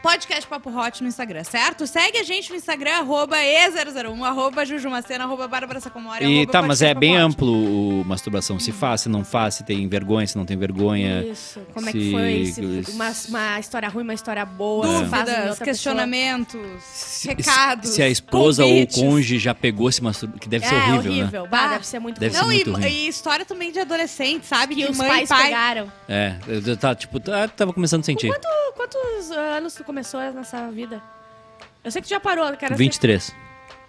Speaker 2: podcast Papo Hot no Instagram, certo? Segue a gente no Instagram, arroba E001, arroba Jujumacena, arroba Bárbara Sacomori,
Speaker 1: E
Speaker 2: arroba
Speaker 1: tá, mas
Speaker 2: podcast
Speaker 1: é
Speaker 2: Papo
Speaker 1: bem
Speaker 2: Hot.
Speaker 1: amplo o masturbação. Se faz, se não faz, se tem vergonha, se não tem vergonha.
Speaker 3: Isso. Como é
Speaker 1: se-
Speaker 3: que foi? Se-
Speaker 1: se-
Speaker 3: uma, uma história ruim, uma história boa. se faz em
Speaker 2: Dúvidas,
Speaker 3: outra
Speaker 2: questionamentos,
Speaker 1: né? Se,
Speaker 2: recados,
Speaker 1: se a esposa ou o
Speaker 2: convites.
Speaker 1: cônjuge já pegou se masturbando, que deve
Speaker 3: pessoa.
Speaker 1: ser
Speaker 3: É,
Speaker 1: horrível, né?
Speaker 3: horrível. Bah,
Speaker 2: Ah,
Speaker 3: deve ser muito
Speaker 1: deve
Speaker 3: ruim.
Speaker 2: Não,
Speaker 1: ser
Speaker 2: e,
Speaker 1: muito ruim.
Speaker 2: e história também de adolescente, sabe?
Speaker 3: que
Speaker 2: Que,
Speaker 3: os
Speaker 2: mãe
Speaker 3: pais
Speaker 2: e pai...
Speaker 3: pegaram.
Speaker 1: É, eu eu tava, tipo, tá- tava começando a sentir.
Speaker 3: Tu- quantos anos tu começou nessa vida? Eu sei que tu já parou, eu quero
Speaker 1: 23.
Speaker 3: Ser...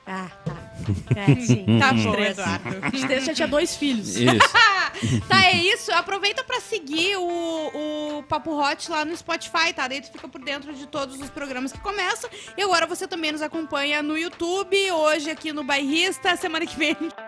Speaker 3: Ah, tá. É,
Speaker 2: *laughs*
Speaker 3: sim.
Speaker 2: Tá
Speaker 1: Uhum.
Speaker 2: bom,
Speaker 3: 23.
Speaker 2: Eduardo.
Speaker 3: 23 já tinha dois filhos.
Speaker 1: Isso.
Speaker 2: Tá, é isso. Aproveita pra seguir o, o Papo Hot lá no Spotify, tá? Daí tu fica por dentro de todos os programas que começam. E agora você também nos acompanha no YouTube, hoje aqui no Bairrista. Semana que vem a gente